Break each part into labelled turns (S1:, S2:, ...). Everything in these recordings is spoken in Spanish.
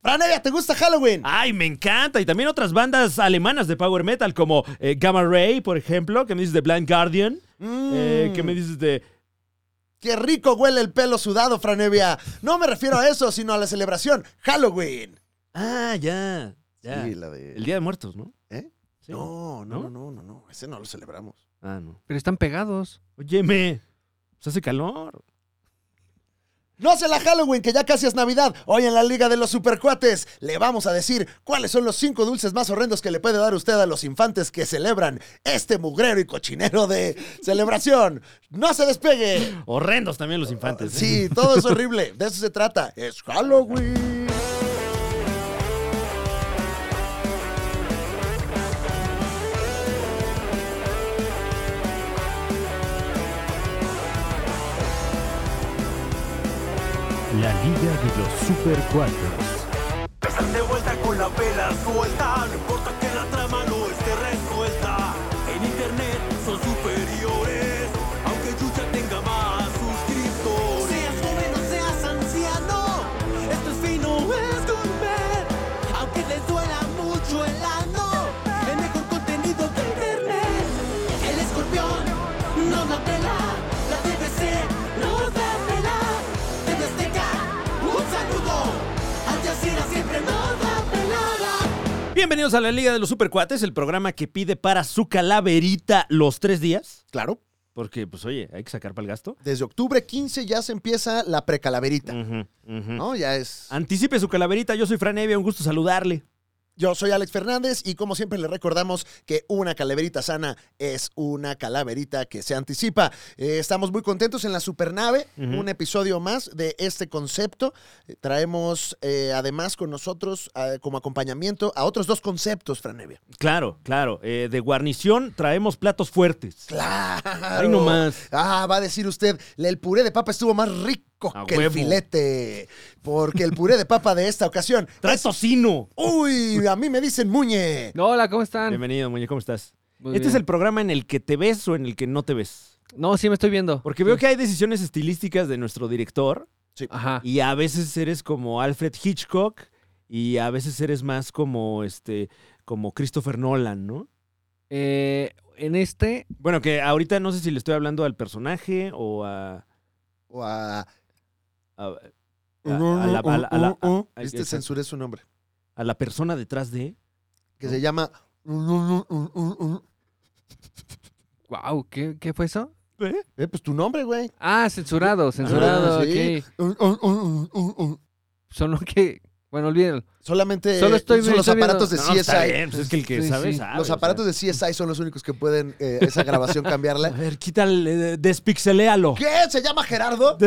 S1: Franevia, ¿te gusta Halloween?
S2: Ay, me encanta. Y también otras bandas alemanas de power metal, como eh, Gamma Ray, por ejemplo, que me dices de Blind Guardian, eh, que me dices de...
S1: Mm, Qué rico huele el pelo sudado, Franevia. No me refiero a eso, sino a la celebración Halloween.
S2: Ah, ya. ya.
S1: Sí, la de-
S2: El Día de Muertos, ¿no?
S1: ¿Eh?
S2: Sí.
S1: No,
S2: ¿No?
S1: no, no, no, no, no. Ese no lo celebramos.
S2: Ah, no.
S3: Pero están pegados.
S2: Óyeme, pues hace calor.
S1: No se la Halloween, que ya casi es Navidad. Hoy en la Liga de los Supercuates le vamos a decir cuáles son los cinco dulces más horrendos que le puede dar usted a los infantes que celebran este mugrero y cochinero de celebración. ¡No se despegue!
S2: Horrendos también los infantes. ¿eh?
S1: Sí, todo es horrible. De eso se trata. Es Halloween.
S2: La Liga de los Super Cuatros.
S4: Están de vuelta con la vela suelta, no importa que la trama no esté resuelta. En internet son superiores, aunque Yuya tenga más suscriptores. Seas joven o seas anciano, esto es fino, es comer. Aunque les duela mucho el ano, el mejor contenido de internet. El escorpión no la pela, la TVC no da pela. TV Azteca, un saludo, Al Jazeera siempre nos da pelada.
S2: Bienvenidos a la Liga de los Supercuates, el programa que pide para su calaverita los tres días.
S1: Claro,
S2: Porque, pues, oye, hay que sacar para el gasto.
S1: desde octubre 15 ya se empieza la precalaverita.
S2: Ujú, ujú.
S1: ¿No? Ya es.
S2: Anticipe su calaverita. Yo soy Fran Evia, un gusto saludarle.
S1: Yo soy Alex Fernández y como siempre le recordamos que una calaverita sana es una calaverita que se anticipa. Eh, estamos muy contentos en la Supernave,
S2: Ujú.
S1: un episodio más de este concepto. Eh, traemos eh, además con nosotros eh, como acompañamiento a otros dos conceptos, Franevia.
S2: Claro, claro. eh, de guarnición traemos platos fuertes.
S1: Claro.
S2: Ay, no más.
S1: Ah, va a decir usted, el puré de papa estuvo más rico
S2: A
S1: que
S2: huevo.
S1: el filete, porque el puré de papa de esta ocasión
S2: Trae tocino.
S1: Uy, a mí me dicen muñe.
S3: Hola, ¿cómo están?
S2: Bienvenido, Muñe, ¿cómo estás?
S3: Muy
S2: este es el
S3: bien.
S2: programa en el que te ves o en el que no te ves.
S3: No, sí me estoy viendo.
S2: Porque veo que hay decisiones estilísticas de nuestro director
S3: Ajá.
S2: y a veces eres como Alfred Hitchcock y a veces eres más como este como Christopher Nolan, ¿no?
S3: Eh, en este,
S2: Bueno, que ahorita no sé si le estoy hablando al personaje o a,
S1: O a- uh,
S2: a- a- a la- a la- a la- a- a-
S3: Este
S1: Viste, este censuré su nombre.
S2: a la persona detrás de.
S1: Que se llama. uh,
S3: wow, ¿qué, qué fue eso?
S1: Eh, pues tu nombre, güey.
S3: Ah, censurado, censurado,
S1: Ah, sí.
S3: ok.
S1: uh,
S3: Son los que, bueno, olvídenlo.
S1: Solamente
S3: Solo estoy-
S1: son los
S3: estoy viendo-
S1: aparatos de
S2: No, no, está
S1: CSI.
S2: bien, pues es que el que
S3: Sí,
S2: sabe,
S3: sí.
S2: sabe, o
S1: Los
S2: sea.
S1: aparatos de CSI son los únicos que pueden eh, esa grabación
S2: A
S1: cambiarla.
S2: ver, quítale, eh, despixeléalo.
S1: ¿Qué? ¿Se llama Gerardo?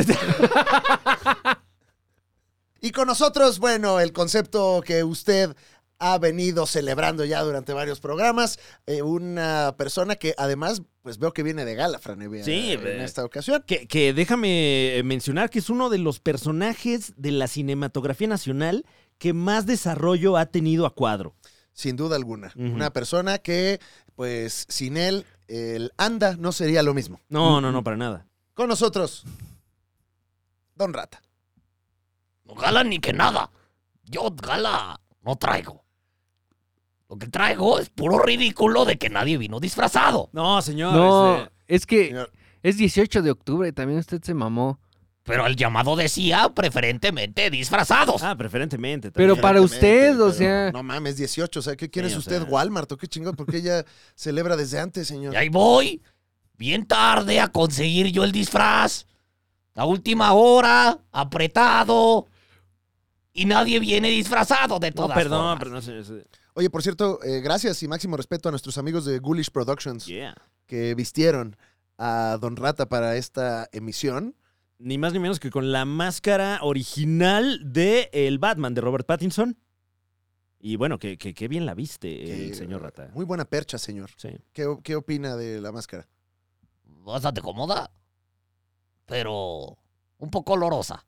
S1: Y con nosotros, bueno, el concepto que usted ha venido celebrando ya durante varios programas, eh, una persona que además, pues veo que viene de gala, Franevia,
S2: Sí,
S1: en
S2: eh.
S1: esta ocasión.
S2: Que, que déjame eh, mencionar que es uno de los personajes de la cinematografía nacional que más desarrollo ha tenido a cuadro.
S1: Sin duda alguna.
S2: Ujú.
S1: Una persona que, pues, sin él, el anda no sería lo mismo.
S2: No, no, no, para nada.
S1: Con nosotros, Don Rata.
S5: No gala ni que nada. Yo gala no traigo. Lo que traigo es puro ridículo de que nadie vino disfrazado.
S2: No, señor.
S3: No,
S2: este,
S3: es que
S1: Señor.
S3: es 18 de octubre, también usted se mamó.
S5: Pero el llamado decía preferentemente disfrazados.
S2: Ah, preferentemente.
S3: Pero
S2: también.
S3: para usted, o
S1: Pero,
S3: sea,
S1: No mames, 18. O sea, ¿qué, ¿quién
S2: Sí,
S1: es
S2: o
S1: usted,
S2: sea.
S1: Walmart? ¿O qué chingón? Porque ella celebra desde antes, señor.
S5: Y ahí voy, bien tarde a conseguir yo el disfraz. A última hora, apretado. Y nadie viene disfrazado de
S2: No,
S5: todas
S2: perdón,
S5: formas.
S2: perdón, señor. señor.
S1: Oye, por cierto, eh, gracias y máximo respeto a nuestros amigos de Ghoulish Productions
S2: Yeah.
S1: que vistieron a Don Rata para esta emisión.
S2: Ni más ni menos que con la máscara original de El Batman de Robert Pattinson. Y bueno, que, que- que bien la viste el
S1: Que-
S2: señor Rata.
S1: Muy buena percha, señor.
S2: Sí.
S1: ¿Qué, qué opina de la máscara?
S5: Bastante cómoda. Pero un poco olorosa.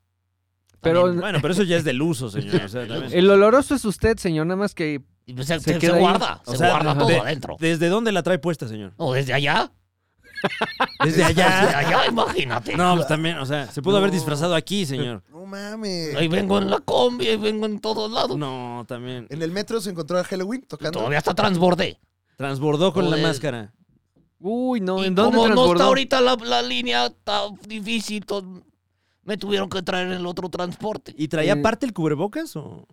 S3: pero
S2: Bueno, pero eso ya es del uso, señor. o sea, también.
S3: el oloroso es usted, señor, nada más que
S5: Y Se,
S3: Se
S5: se- se
S3: queda ahí.
S5: guarda,
S2: O
S5: se
S2: sea,
S5: guarda
S2: ajá.
S5: todo
S2: de-
S5: adentro.
S2: ¿Desde dónde la trae puesta, señor?
S5: No, desde allá.
S2: Desde
S5: Desde
S2: allá.
S5: allá, imagínate.
S2: No, pues también, o sea, se pudo haber disfrazado aquí, señor.
S1: No mames.
S5: Ahí vengo en la combi, ahí vengo en todos lados.
S2: No, también.
S1: En el metro se encontró a Halloween tocando.
S5: Todavía está transbordé.
S2: Transbordó con
S5: Joder.
S2: la máscara.
S3: Uy, no,
S5: Y
S3: ¿en dónde
S5: como no
S3: transbordó?
S5: está ahorita la, la línea, está difícil. to- Me tuvieron que traer el otro transporte.
S2: ¿Y traía
S3: Eh.
S2: aparte el cubrebocas o...?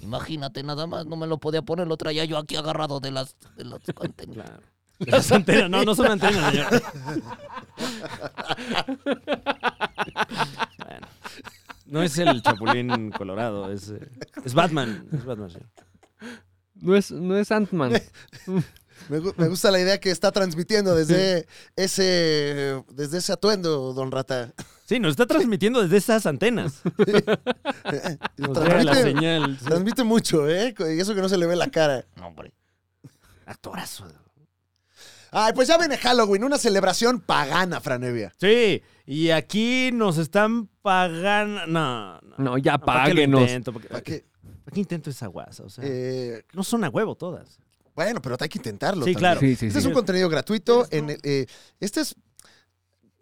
S5: Imagínate nada más, no me lo podía poner, lo traía yo aquí agarrado de las, de las antenas.
S2: Claro. Las antenas, no, no son antenas, señor. Bueno, no es el Chapulín Colorado, es, eh, es Batman. Es Batman, señor.
S3: No es, no es Ant-Man.
S1: Me, gu- me gusta la idea que está transmitiendo desde ese, desde ese atuendo, don Rata.
S2: Sí, nos está transmitiendo desde esas antenas. Nos da la
S1: transmite,
S2: señal. sí.
S1: transmite mucho, ¿eh? Y eso que no se le ve la cara.
S5: No, hombre.
S2: Actorazo.
S1: Ay, pues ya viene Halloween, una celebración pagana, Franevia.
S2: Sí, y aquí nos están pagando... No, no.
S3: No, ya
S2: ¿Para qué lo
S3: páguenos.
S2: intento? ¿Para qué-
S1: ¿Para qué?
S2: para qué intento esa guasa? O sea,
S1: Eh,
S2: no son a huevo todas.
S1: bueno, pero hay que intentarlo.
S2: Sí,
S1: también.
S2: claro.
S3: Sí, sí,
S1: Este es
S3: sí.
S1: un contenido gratuito. En el, eh, este es.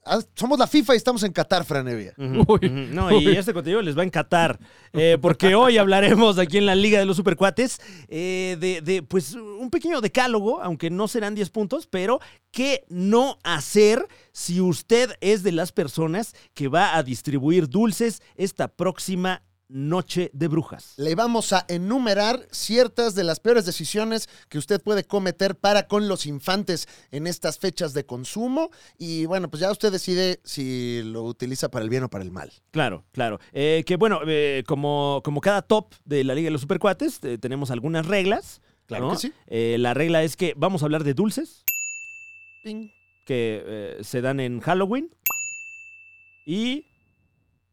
S1: ah, Somos la FIFA y estamos en Qatar, Franevia.
S2: Ujú,
S3: Uy,
S2: ujú. no, y
S3: uy.
S2: este contenido les va a encantar. eh, porque hoy hablaremos aquí en la Liga de los Supercuates eh, de, de, pues, un pequeño decálogo, aunque no serán 10 puntos, pero qué no hacer si usted es de las personas que va a distribuir dulces esta próxima noche de brujas.
S1: Le vamos a enumerar ciertas de las peores decisiones que usted puede cometer para con los infantes en estas fechas de consumo. Y bueno, pues ya usted decide si lo utiliza para el bien o para el mal.
S2: Claro, claro. Eh, que bueno, eh, como, como cada top de la Liga de los Supercuates, eh, tenemos algunas reglas.
S1: Claro
S2: ¿no?
S1: que sí.
S2: Eh, la regla es que vamos a hablar de dulces.
S1: Ping.
S2: que eh, se dan en Halloween. Y.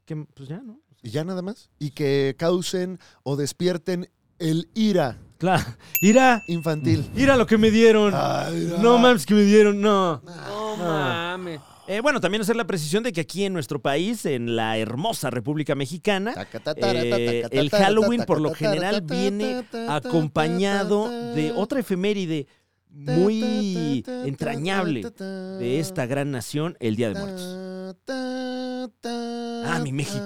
S2: Que, pues ya, ¿no?
S1: Y ya nada más. Y que causen o despierten el ira
S2: Claro. Ira,
S1: infantil.
S2: ira lo que me dieron.
S1: Ay,
S2: Mm. No mames que me dieron, no.
S3: No mames.
S2: Eh, bueno, también hacer la precisión de que aquí en nuestro país, en la hermosa República Mexicana,
S1: Tacatatara,
S2: Eh,
S1: tacatatara,
S2: el Halloween por lo
S1: tacatatara,
S2: general
S1: tacatatara,
S2: viene
S1: tacatatara,
S2: acompañado de otra efeméride muy
S1: tacatatara,
S2: entrañable
S1: tacatatara,
S2: de esta gran nación, el Día de Muertos.
S1: Ah,
S2: Ah, mi México.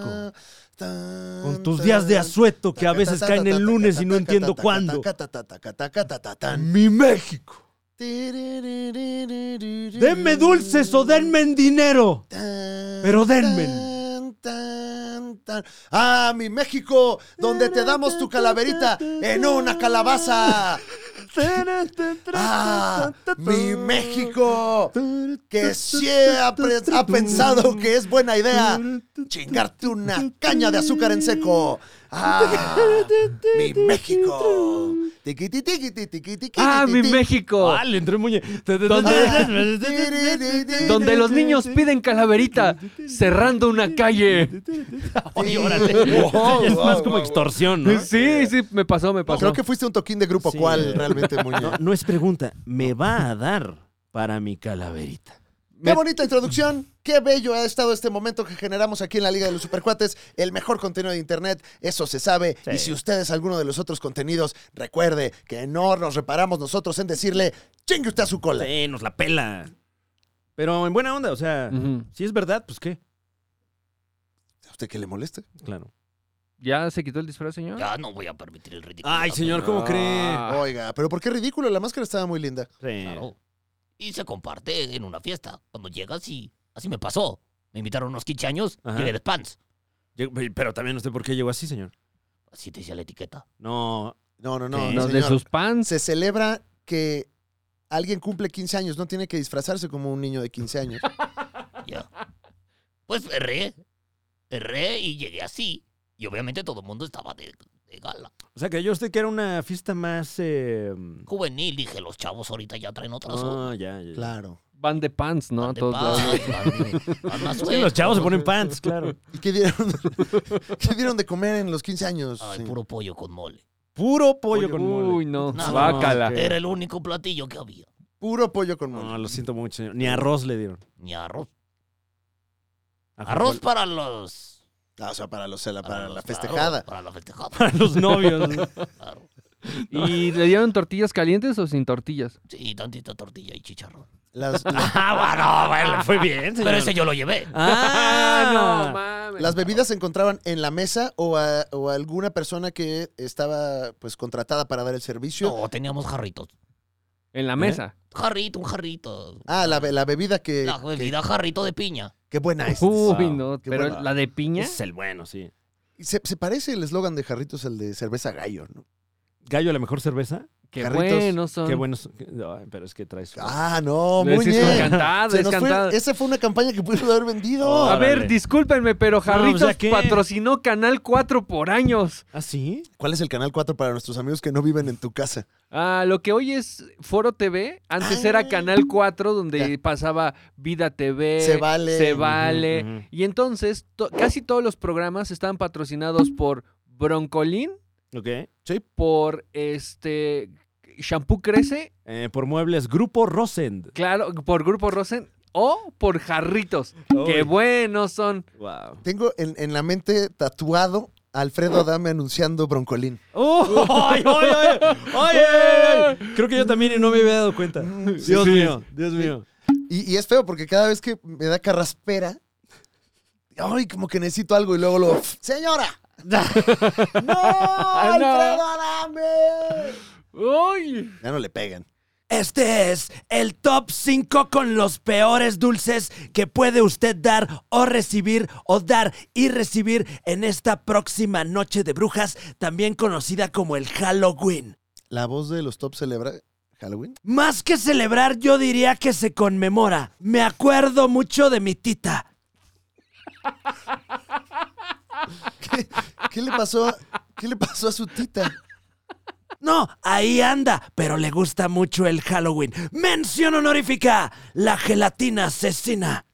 S2: Con tus días de asueto que a veces caen el lunes y no entiendo cuándo. Mi México. Denme
S1: Denme
S2: dulces o denme en dinero.
S1: Pero
S2: pero denme.
S1: Ah, mi México, donde te damos tu calaverita en una calabaza.
S2: este
S1: Ah, mi México, que siempre ha pensado que es buena idea chingarte una caña de azúcar en seco. Ah, mi México. Tiquiti, tiquiti, tiquiti, tiquiti,
S3: Ah, mi
S1: tiquiti.
S3: México.
S2: Ah, le entré muy...
S1: Ah,
S3: Donde los niños piden calaverita cerrando una calle.
S2: Oye, órale. Eso ya es más como extorsión, ¿no?
S3: Sí, sí, me pasó, me pasó.
S1: Creo que fuiste un toquín de grupo
S2: Sí.
S1: cual realmente, Muñe.
S2: No, no es pregunta. Me va a dar para mi calaverita.
S1: Qué bonita introducción. Qué bello ha estado este momento que generamos aquí en la Liga de los Supercuates. El mejor contenido de Internet, eso se sabe. Y si ustedes alguno de los otros contenidos, recuerde que no nos reparamos nosotros en decirle, chingue usted a su cola.
S2: Sí, nos la pela. Pero en buena onda, o sea,
S3: Ujú.
S2: si es verdad, pues qué.
S1: ¿A usted qué le moleste?
S2: Claro.
S3: ¿Ya se quitó el disfraz, señor?
S5: Ya no voy a permitir el ridículo.
S2: Ay, señor, ¿cómo cree?
S3: Ah.
S1: Oiga, pero ¿por qué ridículo? La máscara estaba muy linda.
S2: Sí.
S5: Claro. Y se comparte en una fiesta. Cuando llegas y así me pasó. Me invitaron a unos 15 años,
S2: Ajá.
S5: llegué de pants.
S2: Yo- Pero también no sé por qué llegó así, señor.
S5: Así te decía la etiqueta.
S2: No,
S1: No, no,
S2: Sí.
S1: no.
S3: No, de
S1: señor.
S3: sus pants.
S1: Se celebra que alguien cumple 15 años, no tiene que disfrazarse como un niño de 15 años.
S5: Ya. Pues erré. Erré y llegué así. Y obviamente todo el mundo estaba de, de gala.
S2: O sea, creyó usted que era una fiesta más. eh,
S5: Juvenil, dije, los chavos ahorita ya traen otras.
S2: Ah, ya, ya.
S1: Claro.
S3: Van de pants, ¿no?
S5: Van
S3: A
S5: de
S3: todos
S5: paz,
S3: lados.
S5: van- van más
S2: Sí,
S5: sueltos.
S2: los chavos se ponen pants, claro.
S1: ¿Y qué dieron, qué dieron de comer en los 15 años?
S5: Ay,
S1: Sí.
S5: puro pollo con mole.
S2: Puro pollo con mole.
S3: Uy, no.
S5: No,
S1: Ah.
S3: Bácala.
S2: Eh.
S5: Era el único platillo que había.
S1: Puro pollo con mole.
S2: No, lo siento mucho, señor. Ni arroz le dieron.
S5: Ni arroz.
S2: Ajonjol-
S5: Arroz para los...
S1: Ah, o sea, para, los, para, la
S5: los-
S1: festejada.
S5: Para la festejada.
S2: Para los novios.
S5: Claro.
S3: ¿Y le dieron tortillas calientes o sin tortillas?
S5: Sí, tantita tortilla y chicharrón.
S1: Las, la-
S5: Ah, bueno, bueno.
S2: Fue bien, señor.
S5: Pero ese yo lo llevé.
S2: Ah,
S3: no mames.
S1: las bebidas se encontraban en la mesa o a, o a alguna persona que estaba pues contratada para dar el servicio.
S5: No, teníamos jarritos.
S3: En la mesa.
S5: Jarrito, un jarrito.
S1: Ah, la, be- la bebida que.
S5: La bebida jarrito de piña.
S1: Qué buena Ah, es.
S3: Uy,
S2: Wow,
S3: no.
S1: qué
S3: Pero
S1: buena.
S3: la de piña.
S2: Ese es el bueno, sí.
S1: Se, se parece el eslogan de Jarritos al de cerveza gallo, ¿no?
S2: Gallo, la mejor cerveza.
S3: Qué
S1: Jarritos,
S3: buenos son.
S2: Qué buenos. Ay, pero es que traes.
S1: Ah, no,
S3: No,
S1: muy
S3: sí, es
S1: bien.
S3: cantado,
S1: Se
S3: es
S1: nos fue-
S3: cantado.
S1: esa fue una campaña que pudieron haber vendido.
S5: Ah.
S3: A
S2: Órale.
S3: ver, discúlpenme, pero Jarritos
S2: sea, ¿qué?
S3: patrocinó Canal 4 por años.
S2: ¿Ah, sí?
S1: ¿Cuál es el canal 4 para nuestros amigos que no viven en tu casa?
S3: Ah, lo que hoy es Foro TV, antes
S1: Ah.
S3: era Canal 4, donde pasaba Vida TV,
S1: Se vale.
S3: Se Vale.
S2: Ujú, ujú.
S3: Y entonces, to- casi todos los programas estaban patrocinados por Broncolín,
S2: Ok.
S3: por este Shampoo Crece,
S2: Eh, por muebles, Grupo Rosend.
S3: claro, por Grupo Rosen, o por Jarritos.
S2: Uy,
S3: ¡Qué buenos son!
S2: Wow.
S1: Tengo en, en la mente tatuado a Alfredo Adame anunciando Broncolín.
S2: ¡Ay, ay, ay! ¡Ay, ay, ay! Creo que yo también y no me había dado cuenta. Dios
S1: sí.
S2: mío, Dios mío.
S1: Y, y es feo porque cada vez que me da carraspera, ay, como que necesito algo y luego lo. ¡Señora! ¡No! ¡Alfredo Adame!
S3: ¡Uy!
S1: Ya no le pegan.
S2: Este es el top 5 con los peores dulces que puede usted dar o recibir o dar y recibir en esta próxima noche de brujas, también conocida como el Halloween.
S1: La voz de los top celebra Halloween.
S2: Más que celebrar, yo diría que se conmemora. Me acuerdo mucho de mi tita.
S1: ¿Qué le pasó? a- ¿Qué le pasó a su tita?
S2: No, ahí anda, pero le gusta mucho el Halloween. Mención honorífica, la gelatina asesina.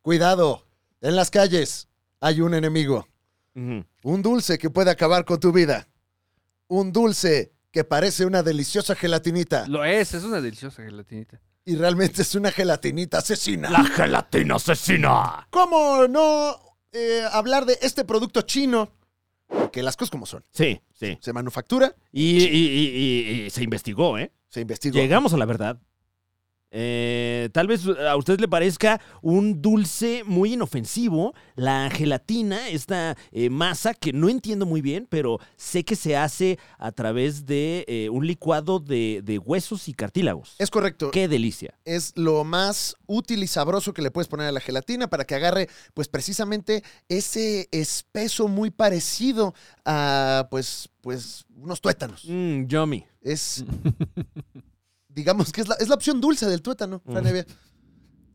S1: Cuidado, en las calles hay un enemigo. Un dulce que puede acabar con tu vida. Un dulce que parece una deliciosa gelatinita
S3: Lo es, es una deliciosa gelatinita.
S1: y realmente es una gelatinita asesina.
S5: La gelatina asesina.
S1: ¿Cómo no eh, hablar de este producto chino? Porque las cosas como son.
S2: Sí, sí.
S1: Se manufactura,
S2: Y, se investigó, ¿eh?
S1: se investiga.
S2: Llegamos a la verdad. Eh, tal vez a usted le parezca un dulce muy inofensivo, la gelatina, esta eh, masa que no entiendo muy bien, pero sé que se hace a través de eh, un licuado de, de huesos y cartílagos.
S1: Es correcto.
S2: ¡Qué delicia!
S1: Es lo más útil y sabroso que le puedes poner a la gelatina para que agarre, pues precisamente ese espeso muy parecido a, pues, pues, unos tuétanos.
S2: Mmm, yummy.
S1: Es. digamos que es la, es la opción dulce del tuétano, Fran Evia.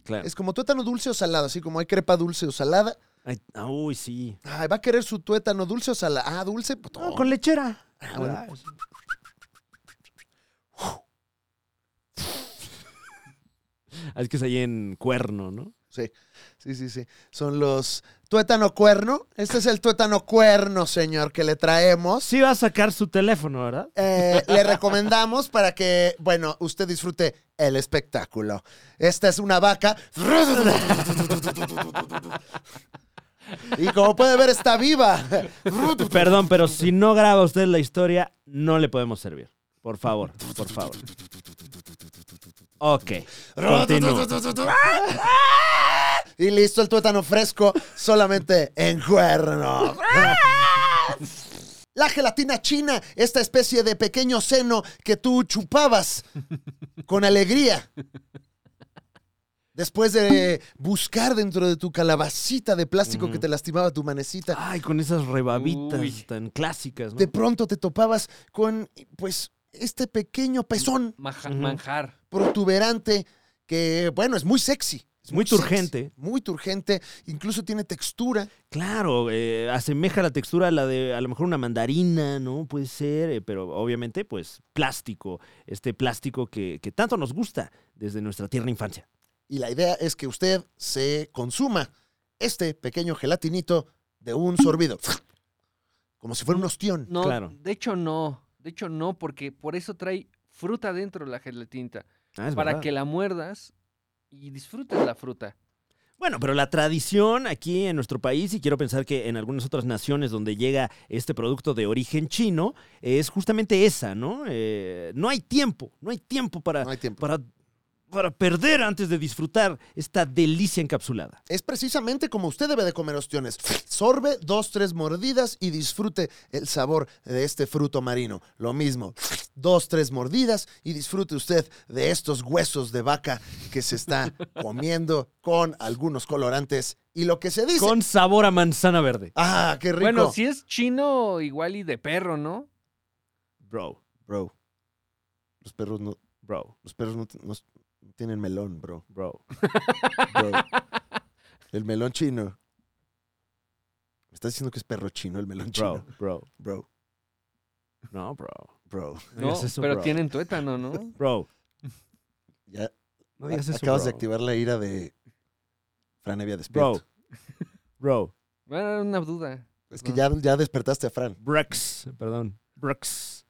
S2: Claro.
S1: Es como tuétano dulce o salado, así como hay crepa dulce o salada.
S2: Ay, ah, uy, sí.
S1: Ay, va a querer su tuétano dulce o salada. Ah, dulce. pues,
S2: No, con lechera.
S1: ah, bueno, pues,
S2: Ah, Es que es ahí en cuerno, ¿no?
S1: sí, sí, sí, sí. Son los tuétano cuerno. Este es el tuétano cuerno, señor, que le traemos.
S2: Sí va a sacar su teléfono, ¿verdad?
S1: Eh, le recomendamos para que, bueno, usted disfrute el espectáculo. Esta es una vaca. Y como puede ver, está viva.
S2: Perdón, pero si no graba usted la historia, no le podemos servir. Por favor, por favor. Ok. Continúa.
S1: Y listo el tuétano fresco, solamente en cuerno. La gelatina china, esta especie de pequeño seno que tú chupabas con alegría. Después de buscar dentro de tu calabacita de plástico que te lastimaba tu manecita.
S2: Ay, con esas rebabitas
S3: Uy.
S2: tan clásicas, ¿no?
S1: de pronto te topabas con, pues, este pequeño pezón
S3: Maja-
S2: Ujú.
S3: Manjar.
S1: protuberante que, bueno, es muy sexy. Es
S2: Muy
S1: sexy,
S2: turgente.
S1: muy turgente. Incluso tiene textura.
S2: Claro, eh, asemeja la textura a la de a lo mejor una mandarina, ¿no? Puede ser, eh, pero obviamente, pues, plástico. Este plástico que, que tanto nos gusta desde nuestra tierna infancia.
S1: Y la idea es que usted se consuma este pequeño gelatinito de un sorbido. Como si fuera un ostión.
S3: No,
S2: Claro.
S3: de hecho no. De hecho no, porque por eso trae fruta dentro la gelatinta.
S2: Ah, es
S3: para
S2: verdad.
S3: que la muerdas y disfrutes la fruta.
S2: Bueno, pero la tradición aquí en nuestro país, y quiero pensar que en algunas otras naciones donde llega este producto de origen chino, es justamente esa, ¿no? Eh, no hay tiempo, no hay tiempo para,
S1: No hay tiempo.
S2: para para perder antes de disfrutar esta delicia encapsulada.
S1: Es precisamente como usted debe de comer ostiones. Sorbe dos, tres mordidas y disfrute el sabor de este fruto marino. Lo mismo, dos, tres mordidas y disfrute usted de estos huesos de vaca que se está comiendo con algunos colorantes y lo que se dice.
S2: Con sabor a manzana verde.
S1: Ah, qué rico.
S3: Bueno, si es chino, igual y de perro, ¿no?
S2: Bro,
S1: Bro, los perros no,
S2: bro,
S1: los perros no, no tienen melón, bro.
S2: bro.
S1: bro. El melón chino. Me estás diciendo que es perro chino el melón
S2: Bro,
S1: chino.
S2: bro.
S1: Bro,
S2: No, bro.
S1: bro.
S2: No
S3: No,
S2: digas eso,
S3: pero
S2: bro.
S3: tienen tuétano, ¿no?
S2: Bro.
S1: Ya
S2: No
S1: a-
S2: digas eso,
S1: acabas de
S2: bro.
S1: activar la ira de Fran Evia despierto.
S2: Bro. Bro.
S3: Bueno, era una duda.
S1: Es que ya, ya despertaste a Fran.
S2: Brex. Perdón. Brex.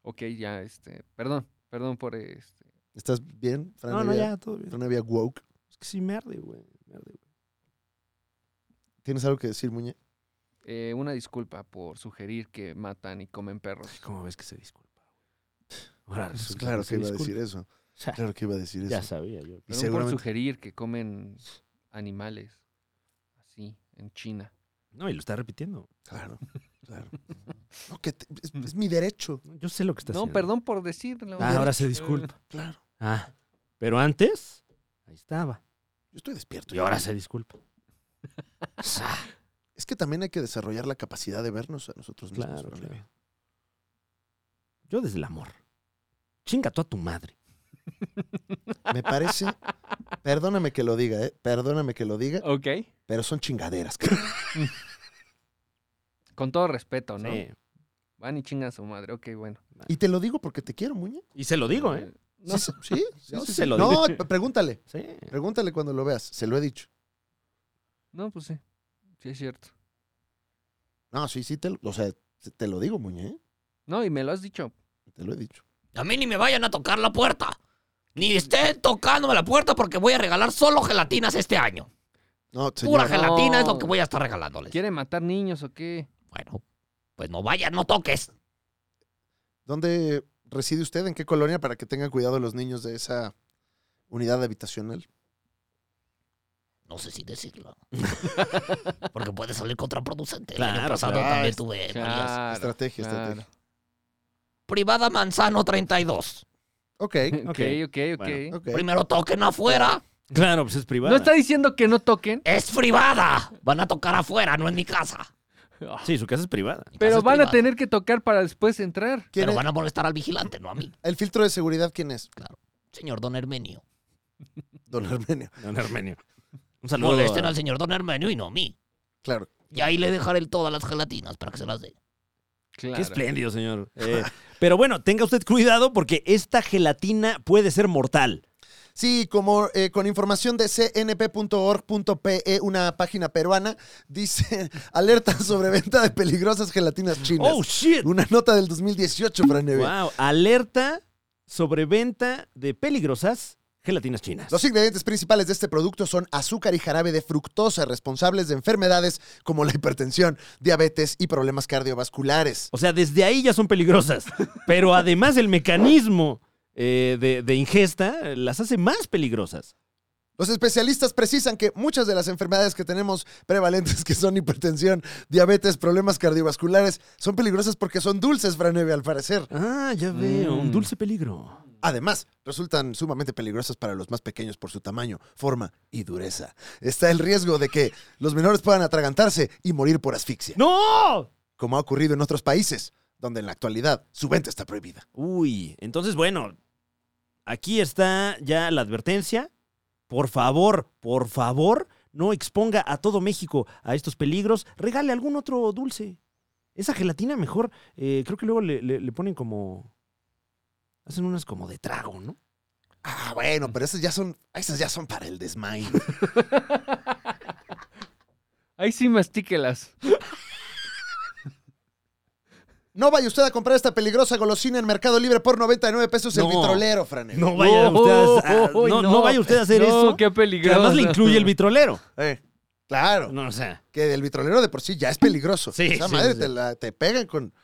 S3: Ok, ya, este, perdón, perdón por este.
S1: ¿Estás bien, Fran
S2: No, no,
S1: Evia?
S2: ya, todo bien.
S1: Fran Evia woke.
S2: Es que sí me arde, güey. me arde, güey.
S1: ¿Tienes algo que decir, Muñe?
S3: eh, una disculpa por sugerir que matan y comen perros.
S2: ¿Cómo ves que se disculpa? Ahora
S1: Pues
S2: resulta
S1: claro
S2: se
S1: que iba a
S2: disculpa.
S1: decir eso.
S2: O sea,
S1: Claro que iba a decir
S2: Ya
S1: eso.
S2: sabía yo.
S1: Y
S3: Perdón por
S1: seguramente...
S3: sugerir que comen animales. Así, en China.
S2: No, y lo está repitiendo.
S1: Claro, claro. No, que te- es, es mi derecho.
S2: Yo sé lo que está
S3: No,
S2: haciendo.
S3: perdón por decirlo.
S2: Ah, ahora se disculpa.
S1: Claro.
S2: Ah, pero antes, ahí estaba.
S1: Yo estoy despierto.
S2: Y ahora se disculpa.
S1: Es que también hay que desarrollar la capacidad de vernos a nosotros mismos.
S2: Claro,
S1: Fran Evia.
S2: claro. Yo desde el amor. Chinga tú a tu madre.
S1: Me parece, perdóname que lo diga, ¿eh? perdóname que lo diga,
S3: Ok.
S1: pero son chingaderas. cabrón.
S3: Con todo respeto, ¿no?
S2: Sí.
S3: Van y chingan a su madre. Ok, bueno.
S1: Y te lo digo porque te quiero, Muñe.
S2: Y se lo digo, ¿eh?
S1: No, sí, sí,
S2: Yo
S1: sí,
S2: sí
S1: sí.
S2: se lo
S1: No, pregúntale,
S2: Sí.
S1: pregúntale cuando lo veas, se lo he dicho.
S3: No, pues sí. Sí, es cierto.
S1: No, sí, sí, te lo, o sea, te lo digo, Muñe, ¿eh?
S3: No, y me lo has dicho.
S1: te lo he dicho.
S5: A mí ni me vayan a tocar la puerta. Ni estén tocándome la puerta porque voy a regalar solo gelatinas este año.
S1: No,
S5: Pura
S1: señor,
S3: gel-
S5: gelatina
S3: No.
S5: es lo que voy a estar regalándoles.
S3: ¿Quiere matar niños o qué?
S5: Bueno, pues no vayas, no toques.
S1: ¿dónde reside usted? ¿En qué colonia para que tengan cuidado los niños de esa unidad habitacional?
S5: No sé si decirlo. porque puede salir contraproducente. El año
S2: Claro,
S5: pasado
S2: claro.
S5: también tuve varias.
S3: Claro,
S1: estrategia,
S3: claro.
S1: estrategia.
S5: Privada Manzano 32.
S1: Ok,
S3: Ok, ok, ok.
S2: Bueno,
S1: ok.
S5: Primero toquen afuera.
S2: Claro, pues es privado.
S3: No está diciendo que no toquen,
S5: Es privada. Van a tocar afuera, no en mi casa.
S2: Sí, su casa es privada.
S5: Mi casa
S3: pero
S5: es
S3: van a
S5: privada.
S3: tener que tocar para después entrar.
S1: ¿Quién
S5: Pero
S1: es-
S5: van a molestar al vigilante, no a mí.
S1: ¿El filtro de seguridad quién es?
S5: Señor Don Hermenio.
S1: Don Armenio.
S2: Don Armenio. Un saludo.
S5: Molesten
S2: a-
S5: al señor Don Hermenio y no a mí.
S1: Claro.
S5: Y ahí le dejaré todas las gelatinas para que se las dé.
S3: Claro.
S2: Qué espléndido, señor. Eh, pero bueno, tenga usted cuidado porque esta gelatina puede ser mortal.
S1: Sí, como eh, con información de cnp.org.pe, una página peruana, dice alerta sobre venta de peligrosas gelatinas chinas.
S2: ¡Oh, shit!
S1: una nota del 2018, Fran Evia.
S2: ¡Wow! Alerta sobre venta de peligrosas gelatinas chinas.
S1: Los ingredientes principales de este producto son azúcar y jarabe de fructosa, responsables de enfermedades como la hipertensión, diabetes y problemas cardiovasculares.
S2: O sea, desde ahí ya son peligrosas. Pero además el mecanismo eh, de, de ingesta las hace más peligrosas.
S1: Los especialistas precisan que muchas de las enfermedades que tenemos prevalentes, que son hipertensión, diabetes, problemas cardiovasculares, son peligrosas porque son dulces, Fran Evia, al parecer.
S2: Ah, ya
S3: veo, un dulce
S2: peligro.
S1: Además, resultan sumamente peligrosas para los más pequeños por su tamaño, forma y dureza. Está el riesgo de que los menores puedan atragantarse y morir por asfixia,
S2: ¡No!
S1: como ha ocurrido en otros países, donde en la actualidad su venta está prohibida.
S2: Uy, entonces bueno, aquí está ya la advertencia. Por favor, por favor, no exponga a todo México a estos peligros. Regale algún otro dulce. Esa gelatina mejor, eh, creo que luego le, le- le ponen como... Hacen unas como de trago, ¿no?
S1: Ah, bueno, pero esas ya son, esas ya son para el desmay.
S3: Ahí sí mastíquelas.
S1: No vaya usted a comprar esta peligrosa golosina en Mercado Libre por 99 pesos el
S2: No.
S1: vitrolero, Fran.
S2: No vaya usted a,
S3: Oh,
S2: no,
S3: no.
S2: no vaya usted a hacer
S3: no,
S2: eso.
S3: qué
S2: Que
S3: peligroso.
S2: además le incluye el vitrolero.
S1: Eh, claro,
S2: No, o sea,
S1: que el vitrolero de por sí ya es peligroso.
S2: Sí,
S1: Esa
S2: sí,
S1: madre
S2: sí.
S1: Te, la- te pegan con,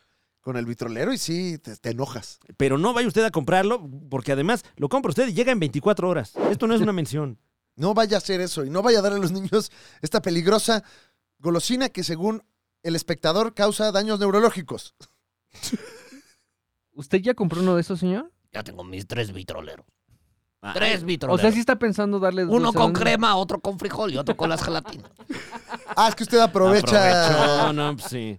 S1: con el vitrolero y sí, te, te enojas.
S2: Pero no vaya usted a comprarlo, porque además lo compra usted y llega en 24 horas. Esto no es una mención.
S1: No vaya a hacer eso y no vaya a dar a los niños esta peligrosa golosina que según el espectador causa daños neurológicos.
S3: ¿Usted ya compró uno de esos, señor?
S5: Ya tengo mis tres vitroleros.
S2: Ah,
S5: Tres
S3: O
S5: vitroleros.
S3: sea, sí está pensando darle
S5: Uno
S3: dulce a
S5: con
S3: uno?
S5: crema, otro con frijol y otro con las gelatinas.
S1: Ah, es que usted aprovecha.
S2: No, no, pues sí.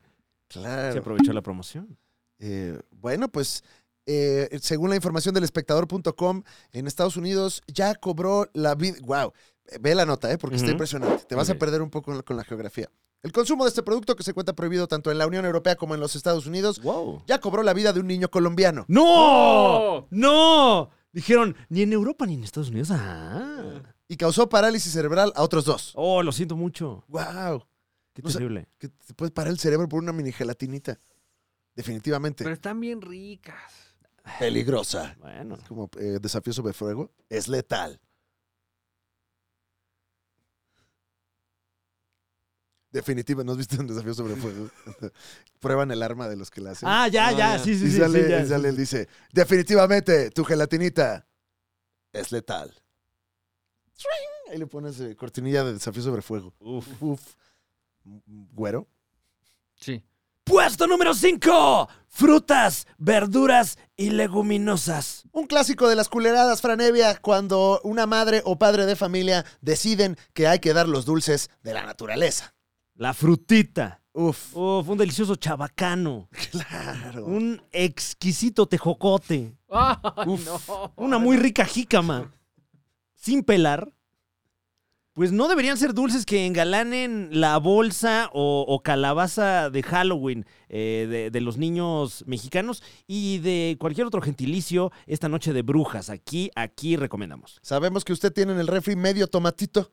S2: Se
S1: Claro.
S2: aprovechó la promoción.
S1: Eh, bueno, pues eh, según la información del espectador.com, en Estados Unidos ya cobró la vida. ¡Wow! Ve la nota, ¿eh? porque está
S2: Ujú.
S1: impresionante. Te vas
S2: Ok.
S1: a perder un poco con la- con la geografía. El consumo de este producto, que se cuenta prohibido tanto en la Unión Europea como en los Estados Unidos,
S2: ¡Wow!
S1: ya cobró la vida de un niño colombiano.
S2: ¡No!
S3: ¡Oh!
S2: ¡No! Dijeron, ni en Europa ni en Estados Unidos. Ah.
S1: y causó parálisis cerebral a otros dos.
S2: Oh, lo siento mucho.
S1: ¡Wow!
S2: Qué
S1: No sé-
S2: terrible.
S1: Que te puedes parar el cerebro por una mini gelatinita. Definitivamente.
S3: Pero están bien ricas.
S1: Peligrosa.
S2: Bueno.
S1: Como eh, desafío sobre fuego. Es letal. Definitiva, ¿no has visto un desafío sobre fuego? Prueban el arma de los que la hacen.
S2: Ah, ya,
S3: Ah,
S2: ya.
S3: ya.
S2: Sí, sí,
S1: y
S2: sí.
S1: sale,
S2: sí, ya.
S1: y sale él dice, definitivamente, tu gelatinita es letal. Ahí le pones eh, cortinilla de desafío sobre fuego. Uf. Güero.
S3: Sí.
S2: Puesto número 5. Frutas, verduras y leguminosas.
S1: Un clásico de las culeradas, Franevia, cuando una madre o padre de familia deciden que hay que dar los dulces de la naturaleza.
S2: La frutita.
S1: Uf,
S2: Oh, fue un delicioso chabacano.
S1: claro.
S2: Un exquisito tejocote.
S3: ¡Ay,
S1: Uf.
S3: no!
S2: Una muy rica jícama. Sin pelar. Pues no deberían ser dulces que engalanen la bolsa o, o calabaza de Halloween eh, de, de los niños mexicanos y de cualquier otro gentilicio esta noche de brujas. Aquí, aquí recomendamos.
S1: Sabemos que usted tiene en el refri medio tomatito,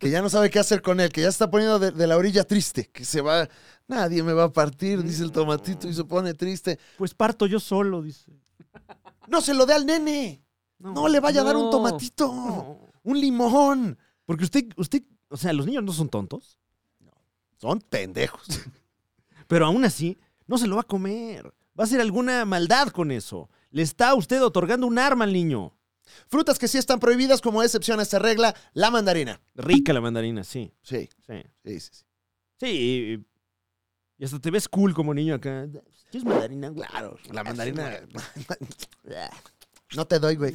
S1: que ya no sabe qué hacer con él, que ya se está poniendo de, de la orilla triste, que se va, nadie me va a partir, dice el tomatito y se pone triste.
S2: Pues parto yo solo, dice.
S1: No se lo dé al nene, no le vaya a dar un
S3: No.
S1: tomatito,
S2: No.
S1: un limón.
S2: Porque usted, usted, o sea, los niños no son tontos,
S1: Son pendejos.
S2: pero aún así no se lo va a comer. Va a hacer alguna maldad con eso. Le está usted otorgando un arma al niño.
S1: Frutas que sí están prohibidas como excepción a esta regla, la mandarina.
S2: Rica la mandarina, sí.
S1: Sí,
S2: Sí.
S1: sí, sí. sí.
S2: Sí. y- y- Y hasta te ves cool como niño acá. ¿Quieres mandarina? Claro.
S1: La mandarina. No te doy, güey.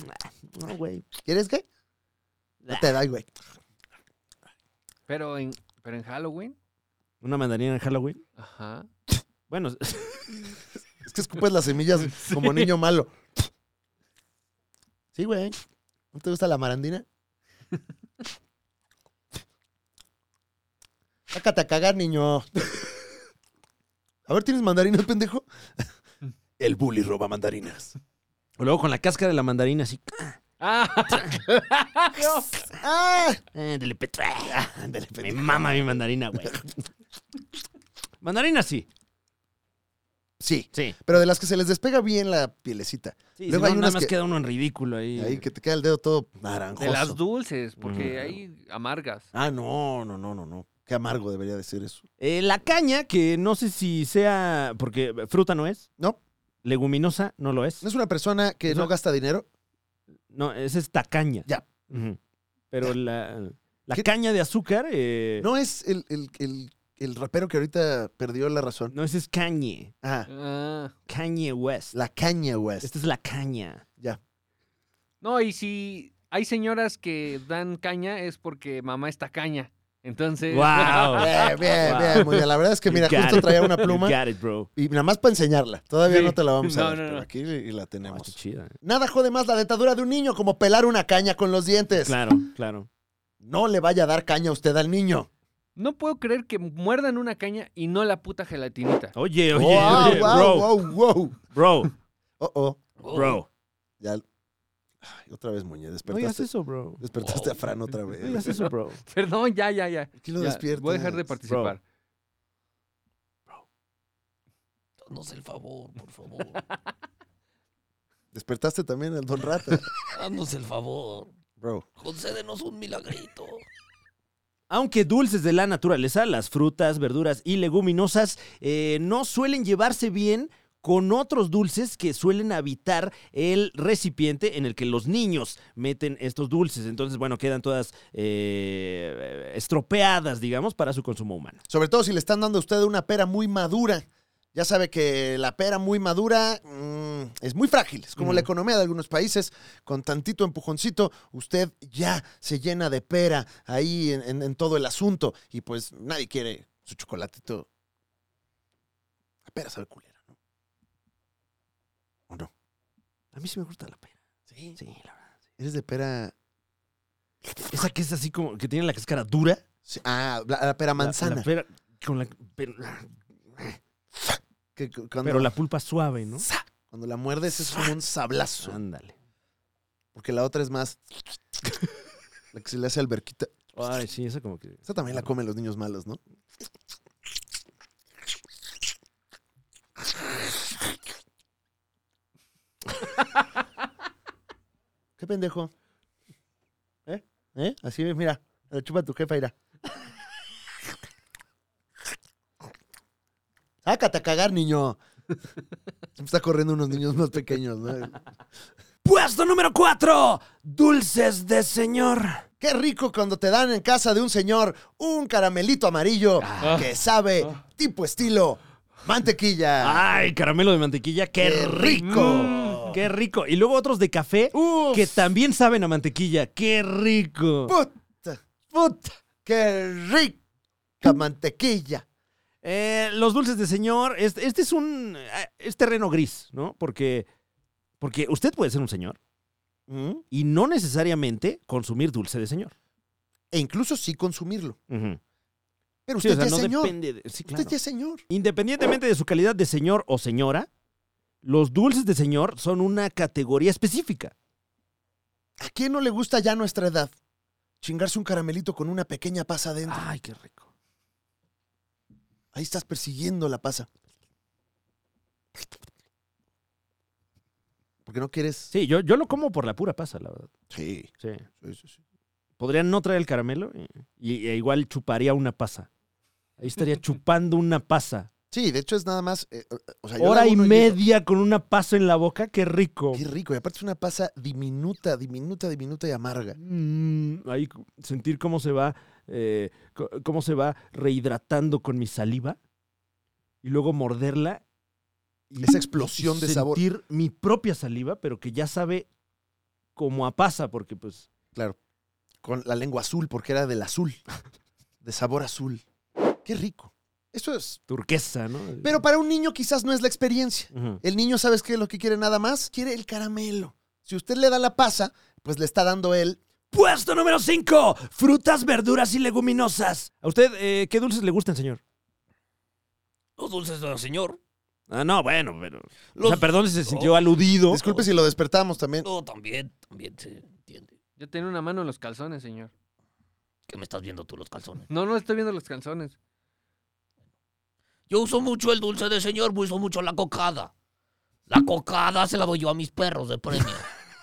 S2: No, güey.
S1: ¿Quieres qué? No te doy, güey.
S3: Pero en, pero en Halloween.
S2: Una mandarina en Halloween.
S3: Ajá.
S2: Bueno,
S1: Es que escupes las semillas como niño malo. Sí, güey. ¿No te gusta la marandina? Sácate a cagar, niño. A ver, ¿tienes mandarinas, pendejo? El bully roba mandarinas.
S2: o luego con la cáscara de la mandarina así.
S3: ¡Ah! ¡Claro!
S1: ¡Ah!
S2: Ándale, Petra. Ándale, Petra. Me mama mi mandarina, güey. mandarina sí.
S1: Sí,
S2: Sí.
S1: pero de las que se les despega bien la pielecita.
S2: Sí,
S1: Luego
S2: si
S1: hay
S2: no, nada
S1: unas
S2: más
S1: que-
S2: queda uno en ridículo ahí.
S1: Ahí que te queda el dedo todo naranjoso.
S3: De las dulces, porque
S2: Mm.
S3: hay amargas.
S1: Ah, no, no, no, no, no. Qué amargo debería decir eso.
S2: Eh, la caña, que no sé si sea, porque fruta no es,
S1: No,
S2: leguminosa no lo es.
S1: no es una persona que
S2: Eso-
S1: no gasta dinero.
S2: No, esa es tacaña.
S1: Ya.
S2: Ujú. Pero la, la
S1: ¿Qué?
S2: caña de azúcar eh, no.
S1: No es el, el- el- el rapero que ahorita perdió la razón.
S2: ese es Kanye.
S1: Ah,
S3: Ah.
S2: Kanye West.
S1: la caña, West.
S2: Esta es la caña.
S1: Ya.
S3: No, y si hay señoras que dan caña es porque mamá está caña. Entonces.
S2: ¡Wow!
S1: Bien, Eh, bien,
S2: Wow.
S1: bien. Muy bien. La verdad es que,
S2: You
S1: mira,
S2: got
S1: justo
S2: it.
S1: traía una
S2: You
S1: pluma
S2: got it, bro. Ah,
S1: y nada más para enseñarla. Todavía
S3: Sí.
S1: no te la vamos a
S3: No,
S1: dar,
S3: no, no.
S1: pero aquí y la
S2: Ah,
S1: tenemos.
S2: está chida.
S1: Nada jode más la dentadura de un niño como pelar una caña con los dientes.
S2: Claro, claro.
S1: No le vaya a dar caña usted al niño.
S3: No puedo creer que muerdan una caña y no la puta gelatinita.
S2: Oye, oye,
S1: wow,
S2: oye,
S1: wow,
S2: bro,
S1: wow, wow.
S2: bro,
S1: Oh, oh.
S2: bro.
S1: Ya. Ay, otra vez, Muñe,
S2: No
S1: despertaste.
S2: digas eso, bro.
S1: Despertaste a Fran otra
S2: No
S1: vez.
S2: digas eso, bro.
S3: Perdón, ya, ya, ya.
S1: Aquí lo
S3: Ya,
S1: despiertas.
S3: Voy a dejar de participar.
S5: Danos el favor, por favor.
S1: Despertaste también al Don Rata.
S5: Danos el favor.
S1: Bro.
S5: Concédenos un milagrito.
S2: Aunque dulces de la naturaleza, las frutas, verduras y leguminosas eh, no suelen llevarse bien con otros dulces que suelen habitar el recipiente en el que los niños meten estos dulces. Entonces, bueno, quedan todas eh, estropeadas, digamos, para su consumo humano.
S1: Sobre todo si le están dando a usted una pera muy madura. Ya sabe que la pera muy madura mm, es muy frágil, es como la economía de algunos países. Con tantito empujoncito, usted ya se llena de pera ahí en, en- en todo el asunto. Y pues nadie quiere su chocolatito. La pera sabe culera, ¿no? ¿O no?
S2: A mí sí me gusta la pera.
S1: Sí.
S2: Sí, la verdad.
S1: ¿Eres de pera?
S2: Esa que es así como que tiene la cáscara dura.
S1: sí, Ah, la, la pera
S2: La-
S1: manzana.
S2: La, pera, con la, pero, la-
S1: que cu- cuando,
S2: pero la pulpa suave, ¿no?
S1: ¡Sa! cuando la muerdes es como un sablazo.
S2: Ándale.
S1: Porque la otra es más. la que se le hace alberquita.
S2: Ay, sí, esa como que...
S1: Esta también la comen los niños malos, ¿no? ¿Qué pendejo? ¿Eh? ¿Eh? Así es, mira. La chupa tu jefa, irá. Sácate a cagar, niño. Siempre Está corriendo unos niños más pequeños, ¿no?
S2: Puesto número 4. Dulces de señor.
S1: Qué rico cuando te dan en casa de un señor un caramelito amarillo
S2: Ah.
S1: que sabe tipo estilo mantequilla.
S2: Ay, caramelo de mantequilla, qué,
S1: Qué
S2: rico. Mm,
S1: rico.
S2: Qué rico. Y luego otros de café
S1: Uf.
S2: que también saben a mantequilla. Qué rico.
S1: puta, puta, qué rica mantequilla.
S2: Eh, los dulces de señor, este, este es un eh, es terreno gris, ¿no? Porque porque usted puede ser un señor
S1: ¿Mm?
S2: y no necesariamente consumir dulce de señor.
S1: E incluso sí consumirlo.
S2: Ujú.
S1: Pero
S2: Sí,
S1: usted
S2: o sea,
S1: ya es
S2: no
S1: señor.
S2: depende de- sí, claro.
S1: Usted ya es señor.
S2: Independientemente de su calidad de señor o señora, los dulces de señor son una categoría específica.
S1: ¿A quién no le gusta ya nuestra edad? Chingarse un caramelito con una pequeña pasa adentro.
S2: Ay, qué rico.
S1: Ahí estás persiguiendo la pasa. Porque no quieres.
S2: Sí, yo, yo lo como por la pura pasa, la verdad.
S1: Sí,
S2: Sí.
S1: sí, sí, sí.
S2: Podrían no traer el caramelo y, y- e igual chuparía una pasa. Ahí estaría chupando una pasa.
S1: Sí, de hecho es nada más. eh, o sea, yo le
S2: Hora
S1: hago
S2: y
S1: uno digo,
S2: media con una pasa en la boca, qué rico.
S1: Qué rico. Y aparte es una pasa diminuta, diminuta, diminuta y amarga.
S2: Mm, ahí cu- sentir cómo se va, eh, co- cómo se va rehidratando con mi saliva y luego morderla. y
S1: Esa explosión de sabor.
S2: Sentir mi propia saliva, pero que ya sabe como a pasa, porque pues
S1: Claro. Con la lengua azul, porque era del azul. De sabor azul. Qué rico. Eso es.
S2: turquesa, ¿no?
S1: Pero para un niño quizás no es la experiencia.
S2: Ujú.
S1: El niño, ¿sabes qué es lo que quiere nada más? Quiere el caramelo. Si usted le da la pasa, pues le está dando él.
S2: Puesto número 5. Frutas, verduras y leguminosas. ¿A usted eh, qué dulces le gustan, señor?
S5: Los dulces del señor.
S2: Ah, no, bueno, pero... o
S5: Los-
S2: sea, perdón si se sintió aludido.
S1: Disculpe si lo despertamos también.
S5: No, también, también se entiende.
S3: Yo tenía una mano en los calzones, señor.
S5: ¿Qué me estás viendo tú los calzones?
S3: No, no estoy viendo los calzones.
S5: Yo uso mucho el dulce de señor, uso mucho la cocada. La cocada se la doy yo a mis perros de premio.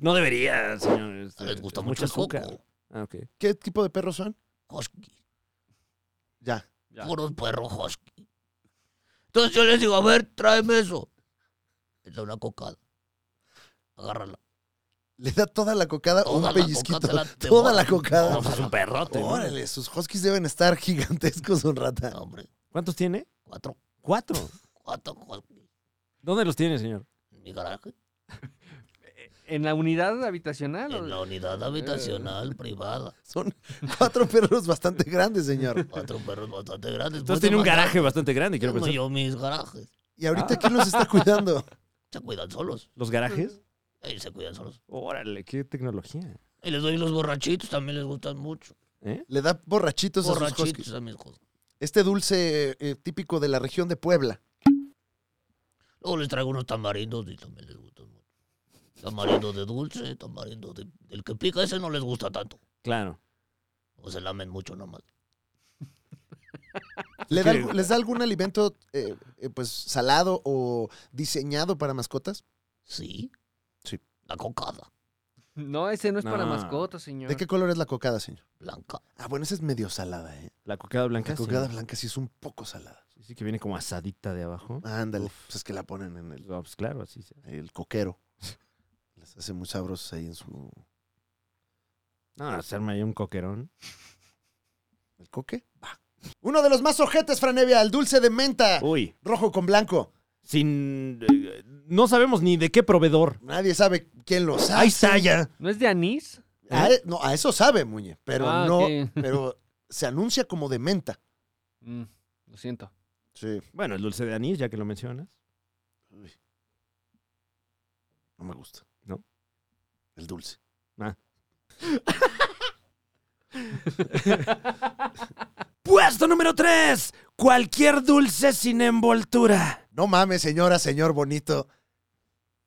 S2: No debería, señor. este,
S5: Ah, Les gusta
S2: es
S5: mucho el
S2: azúcar.
S5: coco.
S2: Ah, ok.
S1: ¿Qué tipo de perros son?
S5: Husky.
S1: Ya.
S3: Ya.
S5: Puro perro husky. Entonces yo les digo, a ver, tráeme eso. Es una cocada. Agárrala.
S1: Le da toda la cocada o
S5: Toda
S1: un
S5: la
S1: pellizquito.
S5: cocada se
S1: toda
S5: la devora.
S1: la cocada.
S5: No, pues es un perrote. ¿no?
S1: Órale, sus huskies deben estar gigantescos, don Rata.
S5: No, hombre,
S2: ¿Cuántos tiene?
S5: cuatro,
S2: Cuatro.
S5: cuatro husky
S2: ¿Dónde los tiene, señor?
S5: en mi garaje.
S3: ¿En la unidad habitacional? o-
S1: Eh,
S5: En la unidad habitacional privada.
S1: Son cuatro perros bastante grandes, señor.
S5: Cuatro perros bastante grandes.
S2: Entonces
S5: Pues,
S2: tiene un
S5: imagínate,
S2: garaje bastante grande, quiero
S5: tengo
S2: pensar.
S5: yo mis garajes.
S1: Y ahorita, ¿quién los está cuidando?
S5: Se cuidan solos.
S2: ¿Los garajes?
S5: Ahí se cuidan solos.
S2: Órale, qué tecnología.
S5: Y les doy los borrachitos, también les gustan mucho.
S2: ¿Eh?
S1: Le da borrachitos a sus
S5: borrachitos
S1: huskies.
S5: a mis hijos.
S1: Este dulce eh, típico de la región de Puebla.
S5: Luego les traigo unos tamarindos y también les gustan mucho. Tamarindo de dulce, tamarindo de, del que pica, ese no les gusta tanto.
S2: Claro.
S5: O se lamen mucho nomás.
S1: ¿Le da
S2: Sí.
S1: algu- ¿Les da algún alimento eh, eh, pues salado o diseñado para mascotas?
S5: Sí.
S1: Sí.
S5: La cocada.
S3: No, ese no es para
S2: No.
S3: mascotas, señor.
S1: ¿De qué color es la cocada, señor?
S5: Blanca.
S1: Ah, bueno, esa es medio salada, ¿eh?
S2: La cocada blanca.
S1: La
S2: sí.
S1: cocada blanca sí es un poco salada.
S2: Sí, sí, que viene como asadita de abajo.
S1: Ah, ándale. Pues es que la ponen en el,
S2: Ah, pues claro, así se.
S1: el coquero. Las hace muy sabrosos ahí en su.
S2: No, hacerme ahí un coquerón.
S1: ¿El coque? Va. Uno de los más ojetes, Franevia, el dulce de menta.
S2: Uy,
S1: Rojo con blanco.
S2: sin. eh, no sabemos ni de qué proveedor.
S1: Nadie sabe quién lo sabe.
S2: ¡Ay, Saya!
S3: ¿No es de anís?
S1: A,
S2: ¿Eh?
S1: e- no, a eso sabe, Muñe, pero
S3: Ah,
S1: no,
S3: ok.
S1: pero se anuncia como de menta.
S3: Mm, lo siento.
S1: Sí,
S2: Bueno, el dulce de anís, ya que lo mencionas.
S1: no me gusta.
S2: ¿No?
S1: El dulce.
S2: Puesto número 3. Cualquier dulce sin envoltura.
S1: No mames, señora, señor bonito.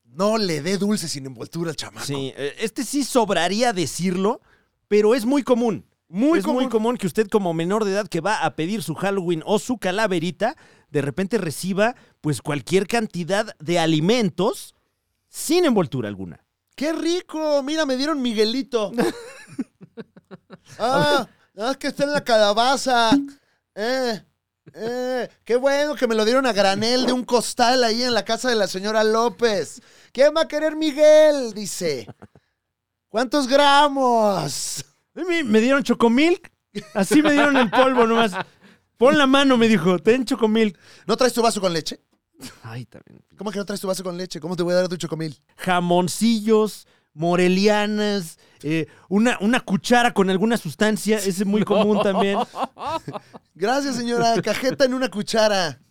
S1: No le dé dulce sin envoltura al chamaco.
S2: Sí, eh, este sí sobraría decirlo, pero es muy común.
S1: Muy
S2: es
S1: común.
S2: muy común que usted como menor de edad que va a pedir su Halloween o su calaverita, de repente reciba pues cualquier cantidad de alimentos sin envoltura alguna.
S1: ¡Qué rico! Mira, me dieron Miguelito. ah, ah, es que está en la calabaza. Eh, eh, qué bueno que me lo dieron a granel de un costal ahí en la casa de la señora López. ¿Quién va a querer Miguel? Dice. ¿Cuántos gramos?
S2: Me, me dieron chocomilk, así me dieron en polvo nomás. Pon la mano, me dijo, ten chocomilk.
S1: ¿No traes tu vaso con leche?
S2: Ay, también.
S1: ¿Cómo que no traes tu vaso con leche? ¿Cómo te voy a dar tu chocomil?
S2: Jamoncillos, morelianas, eh, una, una cuchara con alguna sustancia, ese es muy común también.
S1: Gracias, señora. Cajeta en una cuchara.